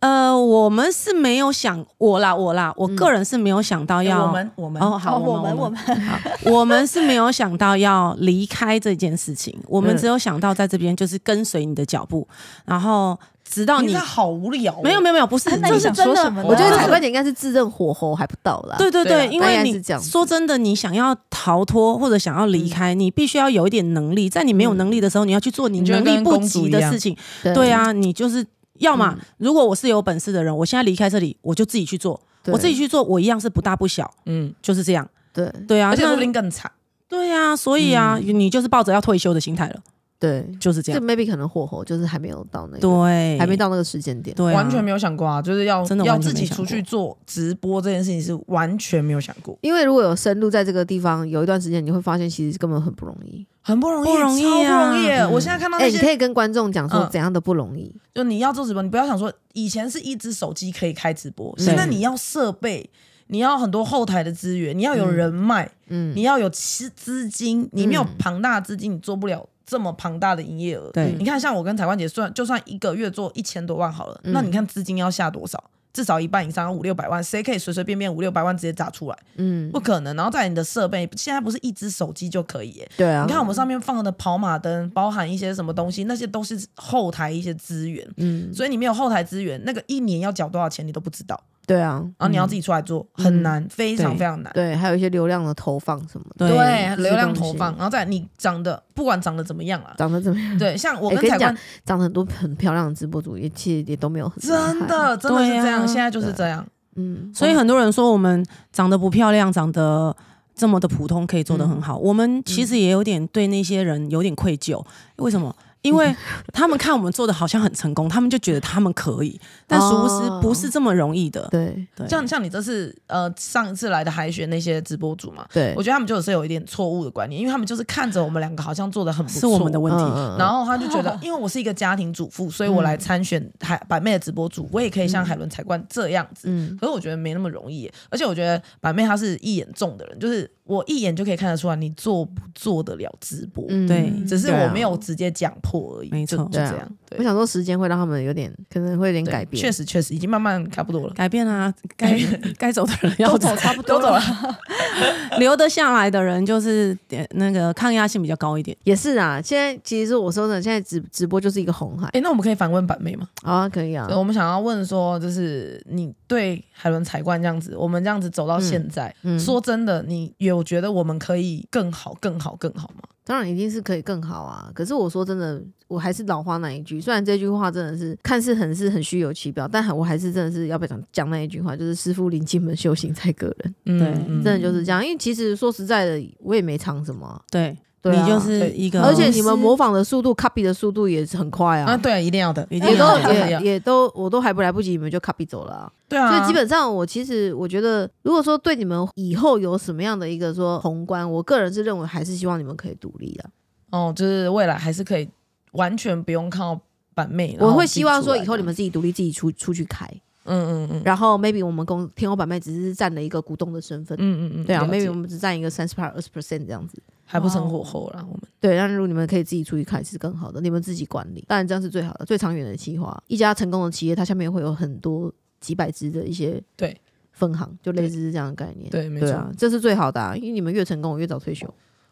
C: 呃，我们是没有想我啦，我啦，我个人是没有想到
B: 嗯
C: 要
B: 哎我们我们
C: 哦，好，
D: 好，
C: 我
D: 我
C: 们
D: 们
C: 我
D: 我
C: 们
D: 们
C: 我们是没有想到要离开这件事情，我们
A: 嗯
C: 只有想到在这边就是跟随你的脚步，然后直到
B: 你
C: 你
B: 这好无聊哦，
C: 没有没有没有，不是，
D: 啊那
C: 这
D: 你
C: 是
D: 想
C: 真
D: 说
C: 的
D: 什么，呢
A: 我觉得
C: 这
A: 彩
C: 是
A: 冠姐应该是自认火候还不到啦。
C: 对对
B: 对啊
C: 对，因
A: 大
C: 为
A: 概
C: 你
A: 是这样子
C: 说真的，你想要逃脱或者想要离开，你必须要有一点能力，在你没有能力的时候，你要去做
B: 嗯
C: 你
B: 你就
C: 能
B: 跟
C: 力不
B: 公主
C: 及
B: 一
C: 的
B: 样嗯
C: 事情。
A: 对
C: 对啊，你就是要么、如果我是有本事的人，我现在离开这里，我就自己去做，
A: 对
C: 我自己去做，我一样是不大不小，
B: 嗯，
C: 就是这样。
A: 对
C: 对啊，
B: 而且
C: 那
B: 说不定嗯更惨。
C: 对啊，所以啊，你就是抱着要退休的心态了，
A: 对，
C: 就是这
A: 这
C: 样。
A: maybe 可能火候就是还没有到那个，
C: 对，
A: 还没到那个时间点。
C: 对啊、
B: 完全没有想过啊，就是要
C: 真的
B: 要
C: 完全
B: 自
C: 没
B: 己
C: 想
B: 出去
C: 过
B: 做直播这件事情是完全没有想过，
A: 因为如果有深入在这个地方有一段时间，你会发现其实根本很不容易。
B: 很不容易，
C: 不容易
B: 超不容易耶。
C: 啊
B: 我现在看到
A: 哎、
B: 那
A: 你
B: 些，
A: 可以跟观众讲说
B: 嗯
A: 怎样的不容易，
B: 就你要做直播，你不要想说以前是一只手机可以开直播，
C: 对
B: 现在你要设备。你要很多后台的资源，你要有人脉，
A: 嗯，
B: 你要有资资金，你没有
A: 嗯
B: 庞大的资金，你做不了这么庞大的营业额。
C: 对
B: 你看像我跟彩冠姐算，就算一个月做一千多万好了，
A: 嗯
B: 那你看资金要下多少？至少一半以上，要五六百万，谁可以随随便便五六百万直接砸出来？
A: 嗯
B: 不，可能。然后再来你的设备，现在不是一只手机就可以耶。
A: 对啊，
B: 你看我，们上面放的跑马灯，包含一些什么东西，那些都是后台一些资源。
A: 嗯，
B: 所以你没有后台资源，那个一年要缴多少钱你都不知道，
A: 对啊，
B: 然后你要自己出来做，很难，非常
C: 对
B: 非常
A: 嗯
B: 难。
A: 对，还有一些流量的投放什么的，
C: 对
A: 这
B: 流
A: 些
B: 量
A: 东
B: 投
A: 西
B: 放，然后再来你长得不管长得怎么样啊，
A: 长得怎么样？
B: 对，像我
A: 哎
B: 跟
A: 跟
B: 彩
A: 你讲
B: 冠，
A: 长得很多很漂亮的直播主也其实也都没有很厉害
B: 真，的真的是
C: 对啊
B: 这样，现在就是这样，
A: 嗯，
C: 所以很多人说我们长得不漂亮，长得这
A: 嗯
C: 么的普通，可以做得很好。我们其实也有点对那些人有点愧疚，为什么？因为他们看我们做的好像很成功，他们就觉得他们可以，但殊不知
A: 哦
C: 不是这么容易的。
A: 对
C: 对，
B: 像像你这次呃上一次来的海选那些直播主嘛，
A: 对，
B: 我觉得他们就是有一点错误的观念，因为他们就是看着我们两个好像做的很不错，
C: 是我们的问题。
A: 嗯
B: 然后他就觉 得，因为我是一个家庭主妇，所以我来参选海板妹的直播主，我也可以像海伦彩冠这样子。
A: 嗯
B: 可是我觉得没那么容易耶，而且我觉得板妹她是一眼中的人，就是我一眼就可以看得出来你做不做得了直播，
A: 嗯
C: 对
A: 嗯
B: 只是
A: 对啊
B: 我没有直接讲破而已。
C: 没错
B: 就就这
A: 对啊
B: 样。对
A: 我，想说时间会让他们有点可能会有点
B: 对
A: 改变，嗯
B: 确实确实已经慢慢差不多了，
C: 改 变啊，该该走的人要
B: 都走
C: 差不
B: 都走了。
C: 留得下来的人就是呃那个抗压性比较高一点。
A: 也是啊。现在其实我说呢，现在直直播就是一个红海
B: 哎，那我们可以反问板妹吗？
A: 好啊，可以啊
B: 对，我们想要问说，就是你对海伦彩冠这样子，我们这样子走到现在，
A: 嗯嗯
B: 说真的，你有觉得我们可以更好、更好、更好吗？
A: 当然一定是可以更好啊。可是我说真的，我还是老话那一句，虽然这句话真的是看似很是很虚有其表，但很我还是真的是要被讲讲那一句话，就是师傅领进门，修行在个人，
C: 对
B: 嗯
A: 真的就是这样。因为其实说实在的，我也没藏什么啊，
C: 对，
A: 对啊
C: 你就是
B: 对
C: 一个，
A: 而且你们模仿的速度、copy 的速度也是很快
B: 啊，
A: 啊。
B: 对，一定要的，
C: 一定
A: 也
C: 要
A: 都
C: 的
B: 一定
A: 也
B: 要
A: 也都，我都还不来不及，你们就 copy 走了啊、
B: 对啊，
A: 所以基本上，我其实我觉得，如果说对你们以后有什么样的一个说宏观，我个人是认为还是希望你们可以独立的。
B: 哦，就是未来还是可以完全不用靠板妹，
A: 我会希望说以后你
B: 们，
A: 们自己独立，自己出出去开，
B: 嗯嗯嗯，
A: 然后 maybe 我们公天后板妹只是占了一个股东的身份，
B: 嗯嗯嗯，
A: 对啊
B: 了解
A: ，maybe 我们只占一个三十 p 二十 percent 这样子。
B: 还不成火候啦，我们
A: 对，但如果你们可以自己出去开是更好的，你们自己管理，当然这样是最好的、最长远的计划。一家成功的企业，它下面会有很多几百支的一些
B: 对
A: 分行，就类似是这样的概念。
B: 对没
A: 对
B: 错
A: 啊，这是最好的、啊，因为你们越成功，我越早退休。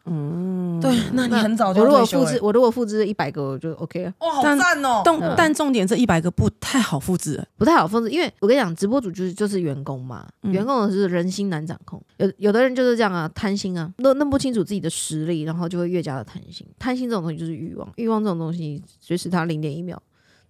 C: 嗯，
B: 对，那你很早
A: 我
B: 就
A: 如果
B: 哦退休欸
A: 复
B: 了
A: 制，我如果复制一百个，我就 OK 了，
B: 哇，好
C: 但
B: 赞哦，
C: 重
A: 嗯
C: 但重点这一百个不太好复制，
A: 不太好复制，因为我跟你讲，直播主就是就是员工嘛，
C: 嗯
A: 员工是人心难掌控，有有的人就是这样啊，贪心啊，弄弄不清楚自己的实力，然后就会越加的贪心，贪心这种东西就是欲望，欲望这种东西，随时它零点一秒，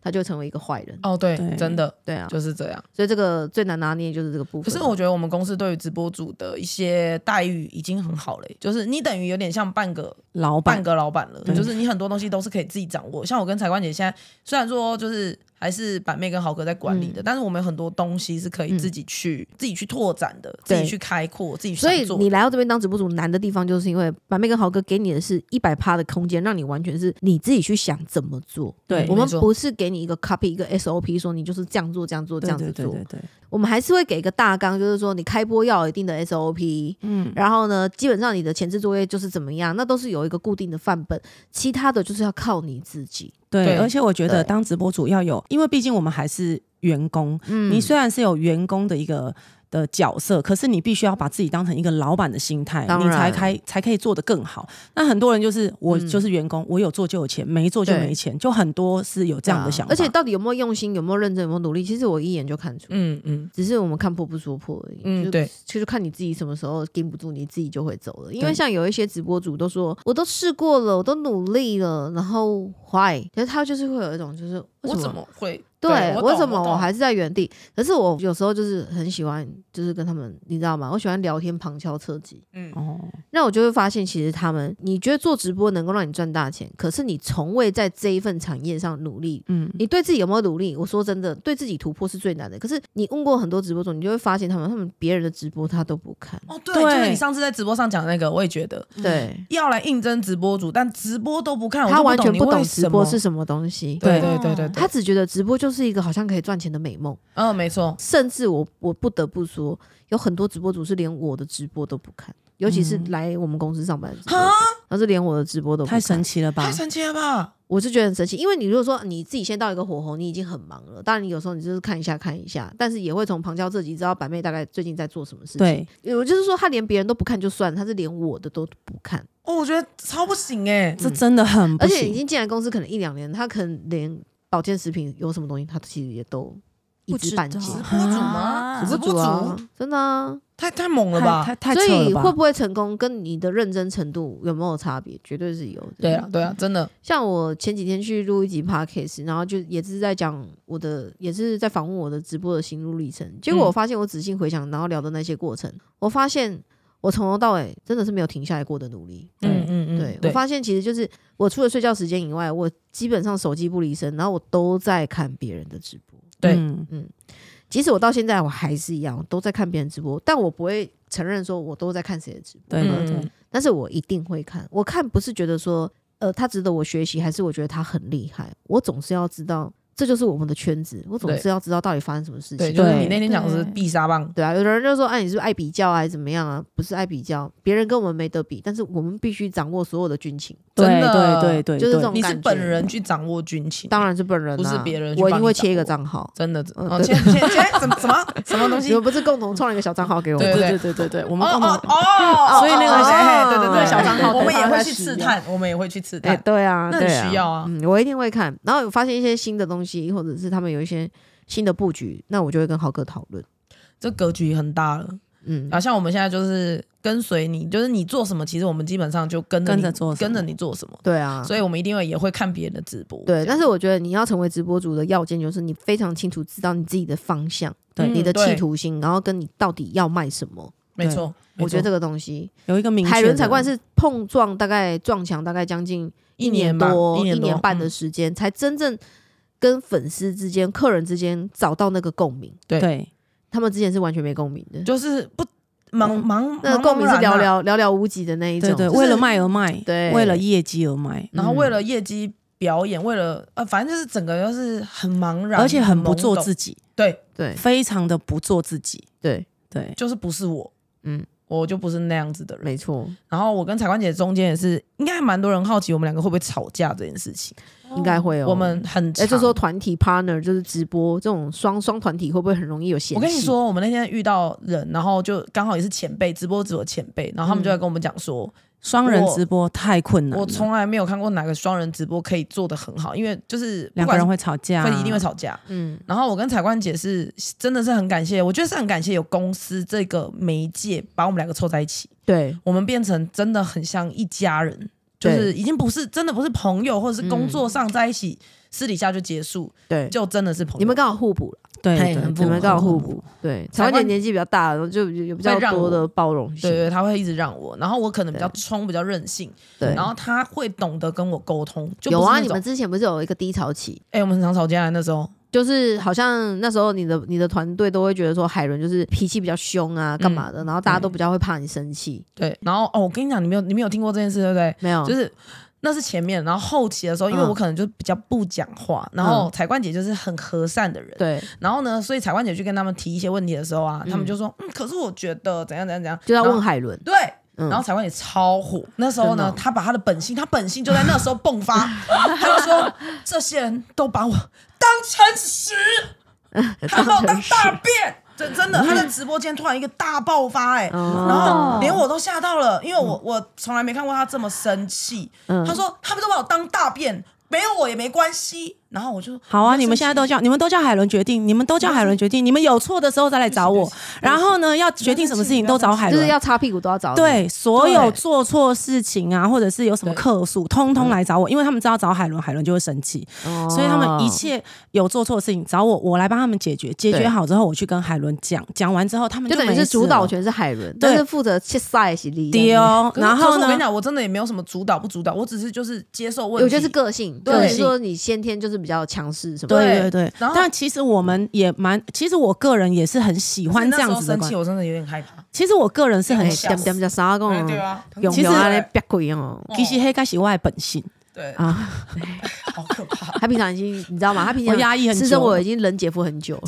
A: 它就成为一个坏人，
B: 哦，对
C: 对，
B: 真的
A: 对啊，
B: 就是这样。
A: 所以这个最难拿捏就是这个部
B: 可
A: 分。
B: 是我觉得我们公司对于直播主的一些待遇已经很好了、欸就是你等于有点像半个
C: 老
B: 半
C: 板
B: 个老板了，
C: 对
B: 就是你很多东西都是可以自己掌握。像我跟彩冠姐现在虽然说就是还是板妹跟豪哥在管理的，
A: 嗯
B: 但是我们有很多东西是可以自己去、自己去拓展的，自
A: 对
B: 己去开阔，自己去
A: 所以
B: 想做
A: 你来到这边当直播主难的地方，就是因为板妹跟豪哥给你的是一百趴的空间，让你完全是你自己去想怎么做。
C: 对
A: 我们
B: 嗯没错
A: 不是给你一个 copy 一个 SOP，说你就是这样做、这样做、这
C: 对
A: 样子
C: 对对
A: 做
C: 对。对，
A: 我们还是会给一个大纲，就是说你开播要有一定的 SOP，
C: 嗯，
A: 然后呢，基本上你的前置作业就是怎么样，那都是有一个固定的范本，其他的就是要靠你自己。
C: 对，
B: 对
C: 而且我觉得
A: 对
C: 当直播主要有，因为毕竟我们还是员工，
A: 嗯
C: 你虽然是有员工的一个。的角色，可是你必须要把自己当成一个老板的心态，
A: 当
C: 你才
A: 然
C: 开才可以做得更好。那很多人就是我
A: 嗯
C: 就是员工，我有做就有钱，没做就
A: 对啊
C: 没钱，就很多是有这样的想法。
A: 而且到底有没有用心，有没有认真，有没有努力，其实我一眼就看出。
B: 嗯嗯
A: 只是我们看破不说破而已，
B: 嗯
A: 就
B: 对，
A: 就是看你自己什么时候盯不住，你自己就会走了。因为
C: 对
A: 像有一些直播主都说，我都试过了，我都努力了，然后 why？可是他就是会有一种，就是为
B: 我
A: 什
B: 怎
A: 么
B: 么会
A: 对
B: 我懂
A: 怎么
B: 我
A: 我
B: 懂
A: 还是在原地？可是我有时候就是很喜欢，就是跟他们，你知道吗？我喜欢聊天旁敲侧击。
B: 嗯
C: 哦，
A: 那我就会发现，其实他们，你觉得做直播能够让你赚大钱，可是你从未在这一份产业上努力。
C: 嗯，
A: 你对自己有没有努力？我说真的，对自己突破是最难的。可是你问过很多直播主，你就会发现他们，他们别人的直播他都不看。
B: 哦对，
C: 对
B: 就是你上次在直播上讲的那个，我也觉得
A: 对，
B: 要来应征直播主，但直播都不看，我
A: 他
B: 就
A: 完全
B: 你
A: 不
B: 为
A: 懂
B: 什
A: 直播
B: 么
A: 是什么东西。
B: 对对
C: 对
B: 对对对，
A: 他只觉得直播就是一个好像可以赚钱的美梦，
B: 嗯没错，
A: 甚至我我不得不说，有很多直播主是连我的直播都不看，尤其是来我们公司上班的直播主，他是连我的直播都不
C: 太
A: 看
C: 神奇了
B: 嗯
C: 吧
B: 太？神奇了吧！
A: 我是觉得很神奇，因为你如果说你自己先到一个火候，你已经很忙了。当然，你有时候你就是看一下看一下，但是也会从旁敲侧击知道板妹大概最近在做什么事情。
C: 对，
A: 对，我就是说，他连别人都不看就算了，他是连我的都不看，
B: 哦，我觉得超不行哎、
C: 这真的很嗯不
A: 而且已
C: 行。
A: 经进来公司可能一两年，他可能连保健食品有什么东西，他其实也都一知半解。
D: 不知道
B: 直播主吗？
D: 啊
B: 直播主、
A: 啊，真的啊，
B: 太太猛了吧？
C: 太太太
A: 所
C: 扯
A: 以
C: 了
A: 会
C: 吧？
A: 不会成功，跟你的认真程度有没有差别，绝对是有的。
B: 对啊，对啊，真的，
A: 像我前几天去录一集 podcast，然后就也是在讲我的，也是在
C: 嗯
A: 访问我的直播的心路历程。结果我发现，我仔细回想，然后聊的那些过程，我发现我从头到尾真的是没有停下来过的努力。
B: 嗯嗯嗯，
A: 对，
B: 对
A: 我发现其实就是我除了睡觉时间以外，我基本上手机不离身，然后我都在看别人的直播。
B: 对
C: 嗯
A: 即使我到现在我还是一样，我都在看别人直播，但我不会承认说我都在看谁的直播，
C: 对对对
B: 嗯，
A: 但是我一定会看。我看不是觉得说呃他值得我学习，还是我觉得他很厉害，我总是要知道这就是我们的圈子，我总
B: 对
A: 是要知道到底发生什么事
B: 对，
A: 情。
B: 就是
C: 对
B: 你那天讲的是
D: 对
B: 必杀棒，
A: 对啊，有的人就说，哎、你是不是爱比较啊，还是怎么样啊？不是爱比较，别人跟我们没得比，但是我们必须掌握所有的军情。
C: 对
B: 真的
C: 对对对，
A: 就是这种
B: 你是
A: 感觉
B: 本人去掌握军情，
A: 当然是本人、啊，
B: 不是别人去
A: 我一
B: 帮
A: 定
B: 你
A: 会切一个
B: 掌
A: 账号。
B: 真的，
A: 嗯
B: 哦，
A: 对
B: 切切切，怎么怎 么什么东
A: 你
B: 西？
A: 们不是共同创了一个小账号给我
B: 对
A: 们？
C: 对对对对对，我们
B: 哦
C: 共同
B: 哦哦，
C: 所以那个
B: 哦
A: 小
B: 对对对，
A: 小
C: 账号
B: 我们也
A: 等他
B: 会
A: 来
B: 去
A: 使
B: 刺
A: 用
B: 探，我们也会去刺
A: 哎、
B: 探，
A: 对啊，
B: 那很
A: 对啊
B: 需要啊
A: 嗯，我一定会看。然后有发现一些新的东西，或者是他们有一些新的布局，那我就会跟豪哥讨论。
B: 这格局很大了。
A: 嗯
B: 然，后像我们现在就是跟随你，就是你做什么，其实我们基本上就跟着
C: 跟
B: 你
C: 着做什么
B: 跟着你做什么，
A: 对啊，
B: 所以我们一定会也会看别人的直播。嗯
A: 对。但是我觉得你要成为直播主的要件，就是你非常清楚知道你自己的方向，
C: 对
A: 你的
B: 嗯对
A: 企图心，然后跟你到底要卖什么。
B: 没错，
A: 我觉得
B: 没错
A: 这个东西，
C: 有一个明确的
A: 海伦彩冠是碰撞，大概撞墙，大概将近
B: 一
A: 年
B: 年吧
A: 多、
B: 一年多嗯
A: 半的时间，才真正跟粉丝之间、客人之间找到那个共鸣。
B: 对
C: 对
A: 他们之前是完全没共鸣的，
B: 就是不茫茫
A: 那
B: 茫
A: 个共鸣
B: 茫
A: 是
B: 然
A: 寥
B: 啊
A: 寥寥寥无几的那一种。
C: 对对，
B: 就是
C: 为了卖而卖，
A: 对
C: 为了业绩而卖，
B: 然后
A: 嗯
B: 为了业绩表演，为了呃，反正就是整个就是很茫然，
C: 而且很不做
B: 己，
C: 自己，
B: 对，
A: 对
C: 非常的不做自己，
A: 对，
C: 对
B: 就是不是我，
A: 嗯，
B: 我就不是那样子的人。
A: 没错，
B: 然后我跟彩冠姐中间也是，应该还蛮多人好奇我们两个会不会吵架这件事情。
A: 应该会哦。
B: 我们很
A: 哎，就
B: 常
A: 说团体 partner 就是直播这种双双团体会不会很容易有嫌
B: 我
A: 隙？
B: 跟你，说，我们那天遇到人，然后就刚好也是前辈，直播组的前辈，然后他们就在跟我们讲说，
C: 双人直播太困难了，
B: 我从来没有看过哪个双人直播可以做得很好，因为就是不
C: 两个
B: 管
C: 人啊会吵架，
B: 会一定会吵架。
A: 嗯，
B: 然后我跟彩冠姐是真的是很感谢，我觉得是很感谢有公司这个媒介把我们两个凑在一起，
A: 对
B: 我们变成真的很像一家人，就是已经不是真的不是朋友或者是工作上在一起，私底下就结束，
A: 对，
B: 就真的是朋友。
A: 你们刚好互补了，
B: 嘿
C: 对对，
B: 哎很
C: 对
A: 你们刚好互。
C: 对
A: 补。对，
B: 台
A: 台
B: 湾
A: 湾姐年纪比较大，然后就有有比较
B: 会让
A: 多
B: 我
A: 的包容
B: 对
A: 性。
B: 对，他会一直让我，然后我可能比较冲，比较任性，
A: 对
B: 然，后他会懂得跟我沟通。就不
A: 有
B: 是
A: 啊，
B: 那
A: 你们
B: 种
A: 之前不是有一个低潮期？
B: 哎、我们很常吵架那时候，
A: 就是好像那时候你的你的团队都会觉得说海伦就是脾气比较凶啊，干嘛的，
C: 嗯
A: 然后大家都比较会怕你生气，
B: 对，然后哦，我跟你讲，你没有你没有听过这件事，对不对？
A: 没有？
B: 就是那是前面，然后后期的时候，因为
A: 嗯
B: 我可能就比较不讲话，然后彩冠姐就是很和善的人，
A: 对，
B: 然后呢，所以彩冠姐去跟他们提一些问题的时候啊，
A: 嗯
B: 他们就说，嗯，可是我觉得怎样怎样怎样，
A: 就要
B: 然
A: 问
B: 后
A: 海 伦，
B: 对。
A: 嗯，
B: 然后彩冠姐超火，那时候
A: 真的
B: 呢
A: 哦，
B: 她把她的本性，她本性就在那时候迸发，她 就说这些人都把我当成屎，他把我当大便，真真的，他在直播间突然一个大爆发、哎、
A: 哦
B: 然后连我都吓到了，因为我我从来没看过他这么生气。
A: 嗯
B: 他说他们都把我当大便，没有我也没关系。然后我就
C: 好啊，你们现在都叫你们都叫海伦决定，你们都叫海伦决定，你们有错的时候再来找我。然后呢，要决定什么事情都找海
A: 就是
C: 伦。
A: 要擦屁股都要找你，
C: 对，所
A: 对
C: 有做错事情啊，或者是有什么客诉，通通来找我，因为他们知道找海伦，海伦就会生气，
A: 哦，
C: 所以他们一切有做错事情找我，我来帮他们解决。解
A: 对
C: 决好之后，我去跟海伦讲，讲完之后他们
A: 就等于
C: 没
A: 是
C: 事
A: 主导
C: 了。
A: 权是海伦，
C: 对
A: 但是负责切赛是利，
C: 对哦，
B: 可是
C: 然
B: 可
C: 后
B: 是我跟你
C: 呢？
B: 讲，我真的也没有什么主导不主导，我只是就是接受问题。
A: 我觉得是个性，
B: 对
A: 就是说你先天就是比较强势什么的，
C: 对
B: 对
C: 对对，
B: 然后
C: 但其实我们也蛮，其实我个人也是很喜欢
B: 那
C: 这
B: 时
C: 样
B: 候
C: 子的
B: 生
C: 关
B: 气，。我真的有点害怕。
C: 其实我个人是很
A: 哎，
C: 喜
A: 点点比较傻讲
B: 对
A: 哦，
B: 啊，
A: 用
C: 其实
A: 用啊咧别鬼哦
C: 其实
B: 哦
C: 黑该是我的本性，
B: 对，
A: 啊，
B: 好可怕，
A: 他平常已经你知道吗？他平常
C: 我压抑很久
A: 私生活已经冷姐夫很久，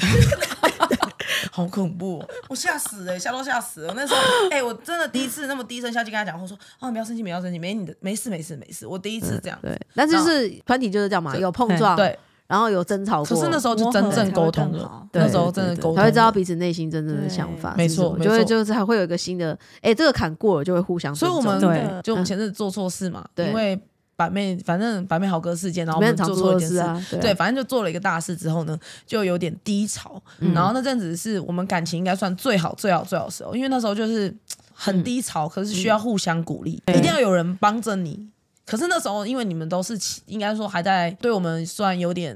B: 好恐怖、哦，我吓死哎、吓都吓死了。那时候，哎、我真的第一次那么低声下气跟他讲，我说哦，你不要生气，不要生气，没你的，没事，没事，没事。我第一
C: 嗯
B: 次这样，
A: 对，但是就是团体就是这样嘛，
B: 对
A: 有碰撞，
B: 对，
A: 然后有争吵
B: 可
A: 过，
B: 是那时候就真正沟通了，
A: 对
B: 那时候真的沟通了
A: 才会知道。彼此内心真正的想法
B: 对
A: 是什么，
B: 没错
A: 就
B: 没
A: 会
B: 错
A: 就是还会有一个新的，哎，这个坎过了就会互相
B: 所
A: 尊
B: 以我
A: 重，
B: 们
C: 对
B: 就我们前阵子做错事嘛，
A: 对
B: 因为板妹，反正板妹豪哥事件，然后我
A: 没有
B: 们
A: 很常
B: 做
A: 做
B: 错一
A: 的
B: 件
A: 事
B: 事。
A: 啊，
B: 对，反正就做了一个大事之后呢，就有点低潮。
A: 嗯
B: 然后那阵子是我们感情应该算最好、最好、最好的
A: 嗯
B: 时嗯候，因为那时候就是很低潮，可是需要互相鼓励，
C: 嗯
B: 一定要有人帮着你。可是那时候因为你们都是起应该说还在对我们算有点，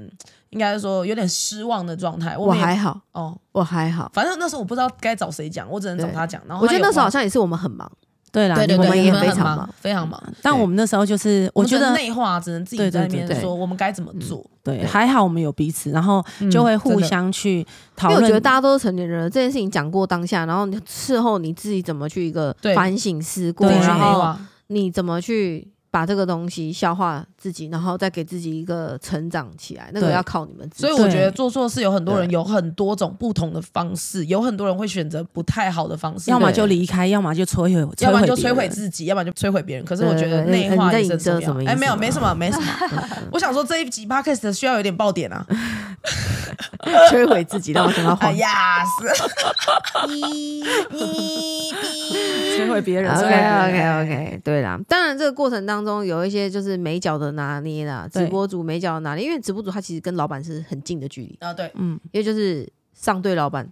B: 应该说有点失望的状态。
A: 我
B: 们也
A: 还好，
B: 哦，
A: 我还好。
B: 反正那时候我不知道该找谁讲，我只能找他讲。然后
A: 我觉得那时候好
B: 像
A: 像也是我们很忙，
C: 对啦，
B: 对对
C: 你
B: 对，
A: 我们也
B: 你很
A: 非常
B: 忙
A: 忙，嗯
B: 非常忙。
C: 但
A: 对
C: 我们那时候就是，
B: 我
C: 我觉
B: 只能
C: 得
B: 内化，只能自己
C: 对
B: 在那
C: 对对
B: 边
A: 对
B: 说我们该怎么做。
C: 对，还好我们有彼此，然后
A: 嗯
C: 就会互
B: 嗯真的
C: 相去讨
A: 因为
C: 论。
A: 我觉得大家都是成年人了，这件事情讲过当下，然后你事后你自己怎么去一个
B: 对
A: 反省思过，
C: 对
B: 自己
A: 然
B: 内
A: 后
B: 化
A: 你怎么去把这个东西消化自己，然后再给自己一个成长起来，那个
C: 对
A: 要靠你们自己。
B: 所以我觉得做错事有很多人有很多种不同的方式，有很多人会选择不太好的方式，
C: 要么
A: 对
C: 就离开，要么就摧毁，
B: 要不然就
C: 别
B: 摧毁
C: 人
B: 自己，要不然就摧毁别人。可是我
A: 对
B: 觉得
A: 对对
B: 内化
A: 你在
B: 也是很
A: 影射
B: 重
A: 什么意
B: 要。
A: 思嗯
B: 哎，没有，
A: 吗
B: 没什么，没什 么。我想说这一集 podcast 需要有点爆点啊！
A: 摧毁自己，让我想到
B: 哎
A: 黄。
B: 呀，
A: 哦
B: 是
A: 一
B: 你
C: 摧毁 别人。
A: OK
C: 摧毁别人
B: 哎
A: OK OK，对啦，当然这个过程当中有一些就是美角的拿捏啦，直
C: 对
A: 播主美角的拿捏，因为直播主他其实跟老板是很近的距离，
B: 啊，对，
C: 嗯，
A: 因为就是上对老板，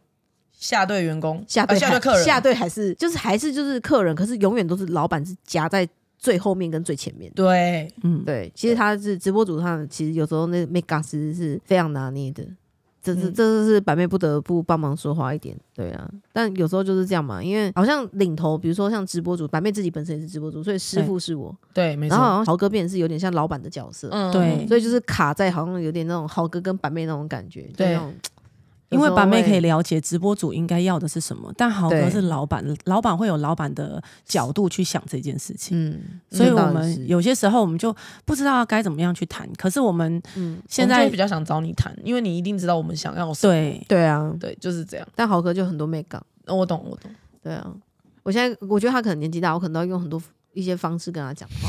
B: 下对员工，
A: 下对
B: 啊
A: 还、
B: 下对客人，
A: 下对还是就是还是就是客人，可是永远都是老板是夹在最后面跟最前面的。
B: 对
C: 嗯，
A: 对，其实他是直播主，他们其实有时候那 make up 其实是非常拿捏的，这这
B: 嗯
A: 这就是板妹不得不帮忙说话一点，对啊。但有时候就是这样嘛，因为好像领头，比如说像直播主，板妹自己本身也是直播主，所以师傅是我，
B: 对，没
A: 然后好
B: 错，
A: 像豪哥变成是有点像老板的角色，
B: 嗯
C: 对
A: 所以就是卡在好像有点那种豪哥跟板妹那种感觉，就
B: 对
A: 那种
C: 因为板妹可
A: 有
C: 以。
A: 时候会
C: 了解直播主应该要的是什么，但豪
A: 对
C: 哥是老板，老板会有老板的角度去想这件事情，
A: 嗯，
C: 所以
A: 这
C: 我
A: 倒也是
C: 们有些时候我们就不知道该怎么样去谈。可是我们
A: 嗯，
C: 现
B: 我们就
C: 在
B: 会比较想找你谈，因为你一定知道我们想要什么。
C: 对
A: 对啊，
B: 对，就是这样。
A: 但豪哥就很多 make up，
B: 哦我懂，我懂。
A: 对啊。我现在我觉得他可能年纪大，我可能都要用很多一些方式跟他讲话。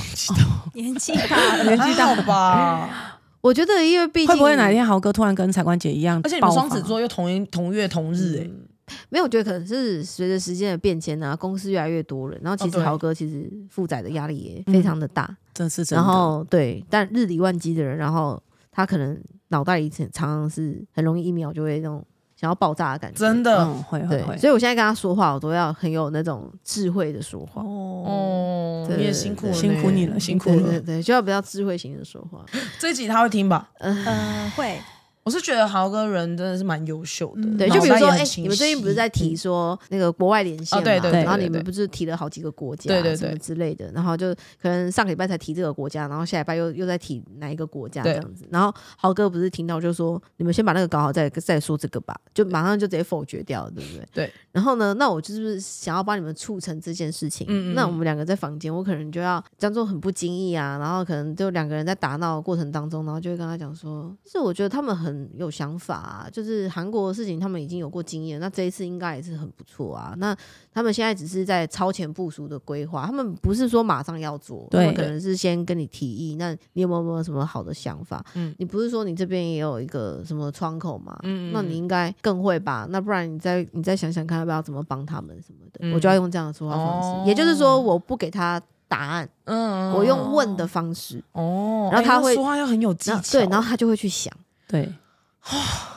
D: 年纪大了，
B: 年纪大了吧？
A: 我觉得，因为毕竟
C: 会不会哪一天豪哥突然跟彩冠姐一样爆
B: 而
C: 发？
B: 且你们双子座又同一同月同日、
C: 欸
B: 哎、
A: 嗯没有，我觉得可能是随着时间的变迁啊，公司越来越多人，然后其
B: 哦
A: 实
B: 对
A: 豪哥其实负载的压力
C: 嗯
A: 也非常的大，
C: 这是真
A: 然
C: 的，
A: 后对，但日理万机的人，然后他可能脑袋里常常是很容易一秒就会那种想要爆炸的感觉，
B: 真的、
C: 嗯，会会
A: 对，
C: 会，
A: 所以我现在跟他说话，我都要很有那种智慧的说话。
C: 哦，
B: 哦，
A: 对
B: 你也辛苦了呢，
C: 辛苦你了，辛苦
A: 对对
C: 了。
A: 对，就要比较智慧型的说话。
B: 这一集他会听吧？
D: 呃， 会
B: 我是觉得豪哥人真的是蛮优秀的，
D: 嗯
A: 对，
D: 脑
A: 就比如
B: 脑
A: 说，
B: 袋
A: 哎
B: 也很，清晰嗯
A: 你们最近不是在提说那个国外连线
B: 哦
A: 嘛？
B: 对对
C: 对
A: 然后
B: 对
A: 你们
B: 对
A: 不是提了好几个国家，
B: 对对对
A: 什么之类的，然后就可能上个礼拜才提这个国家，然后下礼拜又又在提哪一个国家这
B: 对
A: 样子。然后豪哥不是听到就说，你们先把那个搞好再再说这个吧，就马上就直接否决掉了，对不对？
B: 对。
A: 然后呢，那我就是想要帮你们促成这件事情。
B: 嗯嗯
A: 那
B: 嗯
A: 我们两个在房间，我可能就要装作很不经意啊，然后可能就两个人在打闹的过程当中，然后就会跟他讲说，其实我觉得他们很有想法、啊，就是韩国的事情他们已经有过经验，那这一次应该也是很不错啊。那他们现在只是在超前部署的规划，他们不是说马上要做，他
C: 对
A: 们可能是先跟你提议，那你有没有没有什么好的想法？
B: 嗯
A: 你不是说你这边也有一个什么窗口吗？
B: 嗯嗯
A: 那你应该更会吧？那不然你再你再想想看要不要怎么帮他们什么的，
B: 嗯
A: 我就要用这样的说话方式，
B: 哦
A: 也就是说我不给他答案，
B: 嗯
A: 我用问的方式，
B: 哦，
A: 然后他
B: 哎那
A: 会
B: 说话要很有技
A: 然
B: 巧
A: 后，对，然后他就会去想，
C: 对，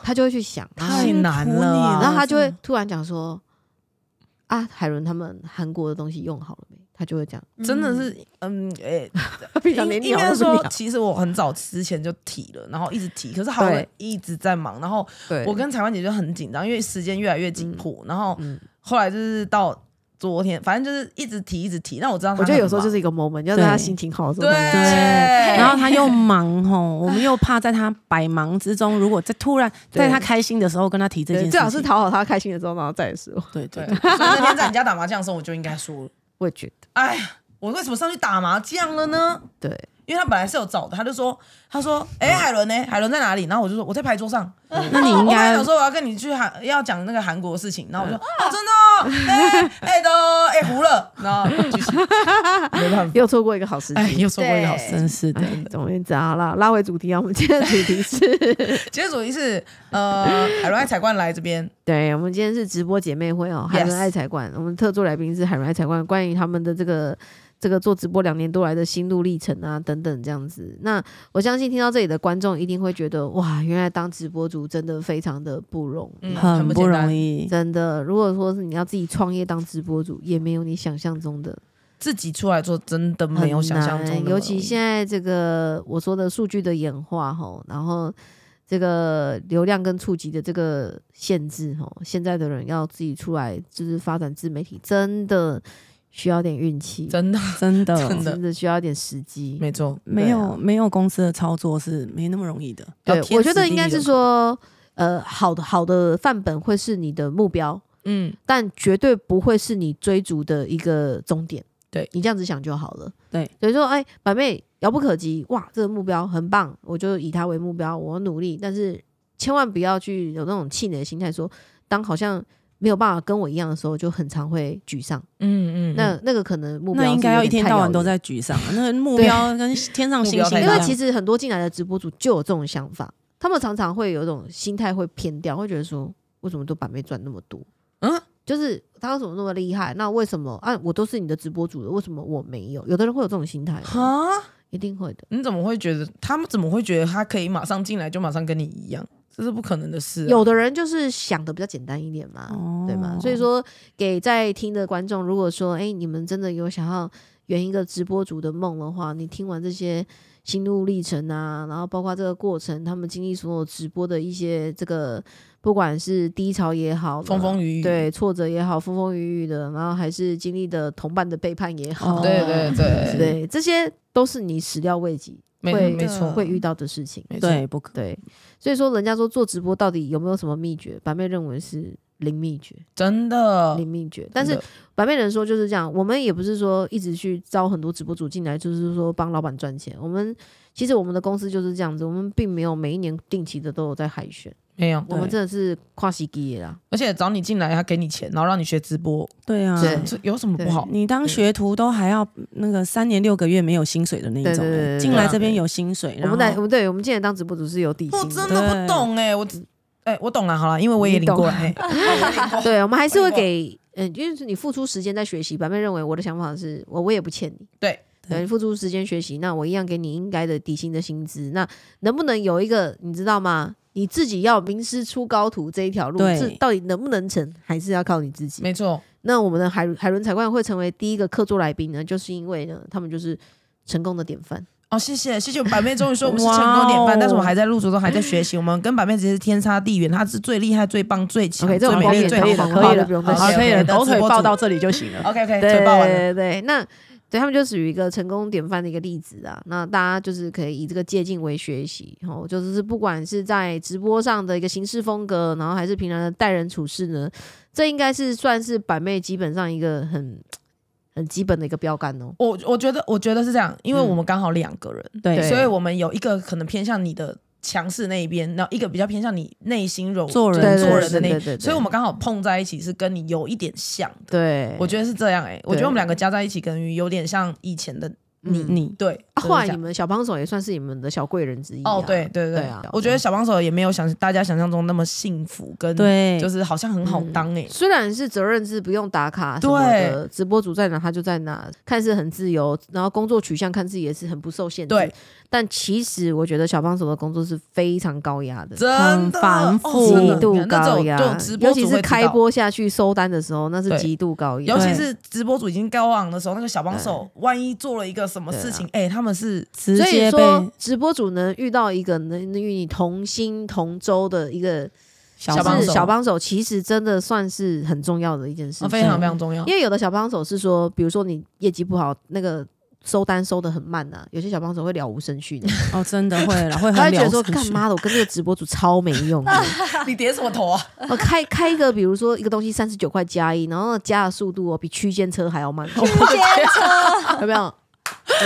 A: 他就会去想，然后
B: 太难了啊
A: 然后他就会突然讲说啊，海伦他们韩国的东西用好了没？他就会讲，
B: 真的是嗯哎，
A: 非常
B: 应应该说，其实我很早之前就提了，然后一直提，可是豪哥
A: 对
B: 一直在忙，然后
A: 对，
B: 我跟台湾姐就很紧张，因为时间越来越紧迫，然后
A: 嗯
B: 后来就是到昨天，反正就是一直提一直提，那我知道他
A: 我觉得有时候
B: 很忙
A: 就是一个 moment，要在他
C: 对
A: 心情好的时候
B: 对，
A: 跟他讲。
C: 然后他又忙吼，我们又怕在他百忙之中，如果在突然
A: 对
C: 在他开心的时候跟他提这件
A: 对，
C: 事情，
A: 最好是讨好他开心的时候，然后再说。
C: 对对
B: 对，
C: 对
B: 所以那天在你家打麻将的时候，我就应该说了，
A: 我也觉得，
B: 哎呀，我为什么上去打麻将了呢？
A: 对，
B: 因为他本来是有找的，他就说，他说，哎、海伦呢？海伦在哪里？然后我就说我在牌桌上。
C: 那你应
B: 我本来
C: 该
B: 想说我要跟你去韩，要讲那个韩国的事情，然后我就，哦，真的、哦，哎、哎、都哎、糊了，然后继续，没办法，
A: 又错过一个好时
B: 哎，
A: 机。
B: 又说过一个好事。
C: 真是的，
A: 哎，总而言之啊，好啦，拉回主题啊，我们今天的主题 是，
B: 今天主题是，呃，海伦爱彩冠来这边，
A: 对，我们今天是直播姐妹会哦，海
B: Yes
A: 伦爱财冠，我们特座来宾是海伦爱财冠，关于他们的这个这个做直播两年多来的心路历程啊，等等这样子。那我相信听到这里的观众一定会觉得，哇，原来当直播主真的非常的不容易。
B: 嗯
C: 很不容易，
A: 真的，如果说是你要自己创业当直播主，也没有你想象中的
B: 自己出来做真的
A: 很
B: 没有想象中那
A: 难
B: 么
A: 尤其
B: 容易
A: 现在这个我说的数据的演化吼，然后这个流量跟触及的这个限制吼，现在的人要自己出来就是发展自媒体，真的需要点运气，
B: 真的
C: 真的
B: 真的
A: 真的需要点时机。
B: 没错，
C: 没有、
A: 对啊
C: 没有公司的操作是没那么容易的。
A: 对
B: 要，天
A: 我觉
B: 时
A: 得
B: 地
A: 应该
B: 利
A: 是
B: 人
A: 说，呃，好的好的范本会是你的目标，
B: 嗯，
A: 但绝对不会是你追逐的一个终点。
B: 对
A: 你这样子想就好了。
C: 对，
A: 所以说，哎、板妹遥不可及，哇，这个目标很棒，我就以它为目标，我努力。但是千万不要去有那种气馁的心态，说当好像没有办法跟我一样的时候，就很常会沮丧。
B: 嗯嗯，
A: 那那个可能目标
C: 那应该
A: 是有
C: 要一
A: 点
C: 天
A: 太
C: 到晚
A: 遥
C: 都
A: 远。
C: 在沮丧啊，那个目标跟天上
B: 目
C: 星
B: 标
C: 星
B: 太
C: 一
A: 因
B: 大
A: 为
C: 样。
A: 其实很多进来的直播主就有这种想法，他们常常会有一种心态会偏掉，会觉得说为什么都板妹赚那么多？
B: 嗯，
A: 就是他为什么那么厉害？那为什么啊？我都是你的直播主了，为什么我没有？有的人会有这种心态哦，
B: 哈，
A: 一定会的。
B: 你怎么会觉得他们怎么会觉得他可以马上进来就马上跟你一样？这是不可能的事啊、
A: 有的人就是想的比较简单一点嘛，
C: 哦
A: 对吗？所以说，给在听的观众，如果说哎、诶你们真的有想要圆一个直播主的梦的话，你听完这些心路历程啊，然后包括这个过程，他们经历所有直播的一些这个，不管是低潮也好，
B: 风风雨雨，
A: 对挫折也好，风风雨雨的，然后还是经历的同伴的背叛也好，
C: 哦
B: 对对对，
A: 对，这些都是你始料未及
B: 没
A: 会
B: 没错，
A: 会遇到的事情。
B: 没错，
C: 对，不可
A: 对，所以说人家说做直播到底有没有什么秘诀？板妹认为是零秘诀，
B: 真的
A: 零。秘诀。呃但是
B: 真的
A: 板妹人说就是这样，我们也不是说一直去招很多直播主进来，就是说帮老板赚钱。我们其实我们的公司就是这样子，我们并没有每一年定期的都有在海选，
B: 没有，
A: 我们真的是跨系毕业啦。
B: 而且找你进来，他给你钱，然后让你学直播，
C: 对啊。
A: 对
B: 这有什么不好？
C: 你当学徒都还要那个三年六个月没有薪水的那
A: 对
C: 种
A: 对对
C: 欸，
A: 对
C: 进
B: 对
C: 来
B: 啊
C: 这边有薪水，
A: 我
C: 然后
A: 们来，我们对我们进来当直播主是有底
B: 我
A: 薪
B: 真
A: 的。
B: 的不懂哎、我只哎、我懂了，好了，因为我也领过来，哎
A: 对，我们还是会给，嗯，因为是你付出时间在学习。板妹认为我的想法是我我也不欠你，
B: 对
A: 对，你付出时间学习，那我一样给你应该的底薪的薪资。那能不能有一个，你知道吗？你自己要名师出高徒这一条路，
C: 对
A: 这到底能不能成，还是要靠你自己。
B: 没错，
A: 那我们的海海伦采冠会成为第一个客座来宾呢，就是因为呢，他们就是成功的典范。
B: 哦，谢谢谢谢，我板妹终于说我们是成功典
C: 哇哦
B: 范，但是我们还在路途中，还在学习。我们跟板妹只是天差地远，她是最厉害、最棒、最强、
A: OK，这
B: 最
A: 种
B: 美
A: 观
B: 丽、
A: 点
B: 最
A: 可以
B: 好
A: 了，
B: 的。
A: 可以
C: 了
A: 了，不用
B: 好
A: 担
B: 好
A: 心。
B: 可以了
C: 狗腿
B: 直播
C: 抱
B: 主
C: 到这里就行了。
B: OK OK，
A: 对
B: 腿抱完
A: 对
B: 了，
A: 对，那对他们就属于一个成功典范的一个例子啊。那大家就是可以以这个借鉴为学习，然后就是不管是在直播上的一个行事风格，然后还是平常的待人处事呢，这应该是算是板妹基本上一个很很基本的一个标杆哦。
B: 我我觉得我觉得是这样，因为我们刚好两个人，
C: 对，
B: 所以我们有一个可能偏向你的强势那一边，然后一个比较偏向你内心柔
C: 做人
B: 就是
A: 对
B: 做
A: 对
B: 人的那一
A: 对对对
B: 边，所以我们刚好碰在一起，是跟你有一点像的。
A: 对，
B: 我觉得是这样哎、我觉得
A: 对啊
B: 我们两个加在一起，可能有点像以前的
A: 嗯
C: 你
B: 对。
A: 啊
B: 就是
A: 后来
B: 这样
A: 你们小帮手也算是你们的小贵人之一、啊、
B: 哦，对对
A: 对啊
B: 我觉得小帮手也没有想大家想象中那么幸福，跟
C: 对
B: 就是好像很好当哎、
A: 虽然是责任制，不用打卡什么的，直播主在哪他就在哪，看似很自由，然后工作取向看自己也是很不受限制。
B: 对，
A: 但其实我觉得小帮手的工作是非常高压的，
B: 真的
C: 很繁复
B: 哦真
A: 极
B: 的
A: 度
B: 那
A: 高
B: 种
A: 压
B: 就直，播
A: 尤
B: 主
A: 其
B: 会
A: 是
B: 知道
A: 开，播下去收单的时候，那是
B: 对
A: 极度高压
B: 尤。其
C: 对
B: 是直播主已经高昂的时候，那个小帮手万一做了一个什么
A: 啊
B: 事情，哎、他们是
C: 直
A: 所以
C: 接被
A: 说，直播主能遇到一个能能与你同心同舟的一个
C: 小
A: 就是
B: 帮手
A: 小帮手其实真的算是很重要的一件事情，
B: 哦非常非常重要，
A: 因为有的小帮手是说，比如说你业绩不好，那个收单收的很慢呐、有些小帮手会了无生趣的，
C: 哦，真的会了，会
A: 他
C: 很
A: 会觉
C: 聊
A: 得说
C: 上去
A: 干妈的，我跟这个直播主超没用的。
B: 你点什么头啊？
A: 我开开一个，比如说一个东西三十九块加一，然后加的速度哦比区间车还要慢，有没有？有没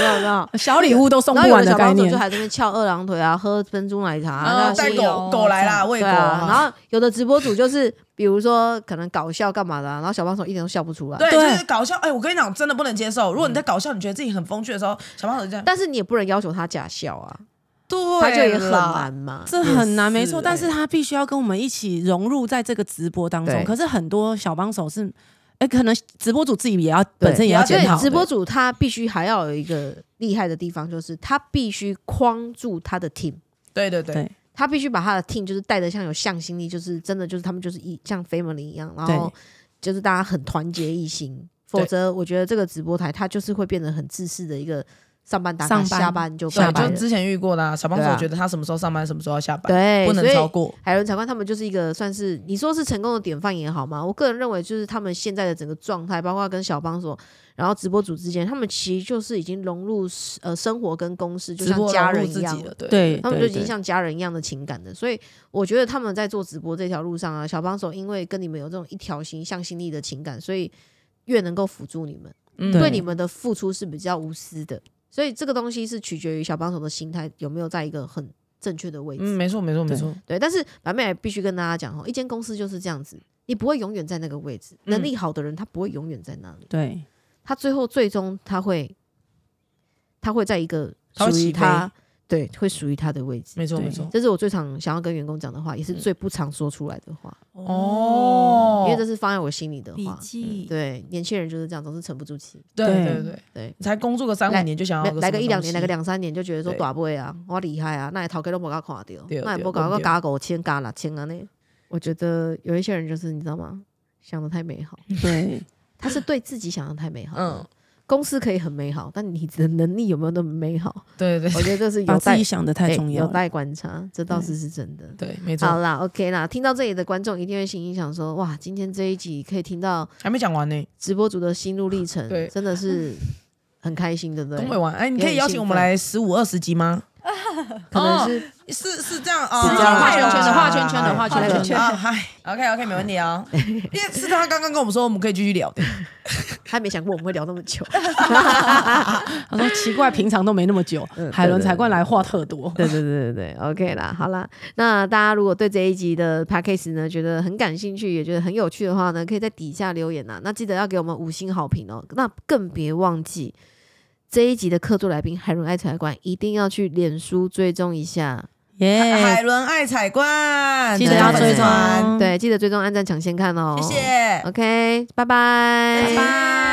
A: 有？有没有？
C: 小礼物都送
A: 然后
C: 不
A: 有
C: 完
A: 的
C: 的
A: 小
C: 概
A: 帮手
C: 念
A: 就，还在那边翘二郎腿啊，喝珍珠奶茶、啊，
B: 然
A: 那
B: 后哦带
A: 些
B: 狗狗来啦，喂
A: 对
B: 狗
A: 啊，然
B: 啊，
A: 后有的直播主就是，比如说可能搞笑干嘛的啊、然后小帮手一点都笑不出来。
B: 对，
C: 对
B: 就是嗯搞笑。哎，我跟你讲，我真的不能接受。如果你在搞笑，你觉得自己很风趣的时候，小帮手就这样，
A: 但是你也不能要求他假笑啊，
B: 对，
A: 他就也很难。嘛。
C: 这很难，没
B: 也
C: 错。
B: 是
C: 但是他必须要跟我们一起融入在这个直播当
A: 哎对
C: 中。可是很多小帮手是，哎，可能直播主自己也要本身也要
A: 所
C: 检
A: 以
C: 讨。
A: 直播主他必须还要有一个厉害的地方，就是他必须框住他的 team，
B: 对对对
C: 对，
A: 他必须把他的 team 就是带的像有向心力，就是真的就是他们就是一像 family 一样，然后就是大家很团结一心。否则我觉得这个直播台它就是会变得很自私的一个上班打卡，
C: 上班
A: 下班就
B: 对
A: 拜，拜
B: 就
A: 了。
B: 之前遇过的、啊、小帮
A: 对啊
B: 手，觉得他什么时候上班，什么时候要下班，
A: 对，
B: 不能
A: 所以
B: 超过。
A: 海伦长官他们就是一个算是你说是成功的典范也好嘛，我个人认为就是他们现在的整个状态，包括跟小帮手，然后直播组之间，他们其实就是已经融入呃生活跟公司，就
B: 直
A: 像
B: 播
A: 家人
B: 融入
A: 一
B: 自
A: 样
B: 己。了，对，
C: 对，
A: 他们就
C: 对
A: 已经
C: 对
A: 像家人一样的情感的，所以我觉得他们在做直播这条路上啊，小帮手因为跟你们有这种一条心、向心力的情感，所以越能够辅助你们，
B: 嗯
A: 对你们的付出是比较无私的。所以这个东西是取决于小帮手的心态有没有在一个很正确的位置。
B: 嗯，没错，没错，没错，
A: 对，但是板妹也必须跟大家讲哦，一间公司就是这样子，你不会永远在那个位置。
B: 嗯
A: 能力好的人，他不会永远在那里，
C: 对
A: 他最后最终他会，他会在一个
B: 他会
A: 属于
B: 起飞
A: 他，对，会属于他的位置。
B: 没错，
C: 对
B: 没错。
A: 这是我最常想要跟员工讲的话，也是最不常说出来的话，
B: 嗯哦，
A: 因为这是放在我心里的
D: 笔
A: 话。
D: 记，
A: 对，年轻人就是这样，总是沉不住气，
B: 对
C: 对
B: 对对
A: 对，
B: 才工作个三
A: 来
B: 五年就想
A: 来
B: 要
A: 来个
B: 个什么
A: 一两
B: 东
A: 年，
B: 西
A: 来个两三年，就觉得说
B: 对
A: 大妹啊，我厉害啊，那也头家都无甲看到，
B: 对
A: 那也无
B: 对
A: 搞个
B: 对
A: 加五千加六千啊呢。我觉得有一些人就是你知道吗？想的太美好，
C: 对，
A: 他是对自己想的太美好。嗯
B: 嗯，
A: 公司可以很美好，但你的能力有没有那么美 好？
B: 对对
A: 我觉得这是有
C: 把自
A: 待
C: 己想的太
A: 哎
C: 重要
A: 有
C: 了。
A: 待观察，这倒是是真的。
B: 对，没
A: 好
B: 错，
A: 啦，OK 啦，听到这里的观众一定会心里想说：哇，今天这一集可以听到
B: 还没讲完呢，
A: 直播主的心路历程，
B: 对
A: 真的是很开心，对不
B: 东北
A: 对？
B: 完，哎，你
A: 有
B: 可以
A: 点
B: 邀
A: 兴
B: 请我们
A: 奋
B: 来十五二十集吗？
A: 可能是
B: 是是这样
A: 是
B: 啊，
A: 这样
B: 啊
A: 画圈圈的
C: 画圈圈的
B: 啊
C: 画
A: 圈圈
B: 啊，嗨，OK OK，没问题 啊，因为是他刚刚跟我们说我们可以继续聊的，
A: 还没想过我们会聊那么久。
C: 他说奇怪，平常都没那么久，海伦才过来话特多。
A: 对对对对对，OK 啦，好啦，那大家如果对这一集的 p a c k a g e 呢觉得很感兴趣，也觉得很有趣的话呢，可以在底下留言呐。啊那记得要给我们五星好评哦。那更别忘记这一集的客座来宾海伦爱财馆一定要去脸书追踪一下，
B: 海
C: 耶，
B: 伦爱彩冠，
C: 哎记得
B: 大家
C: 要
B: 粉
C: 追
B: 丝团
A: 嗯
C: 踪，
A: 对，记得追踪、按赞、抢先看哦。
B: 谢谢，
A: OK，拜拜，
B: 拜拜。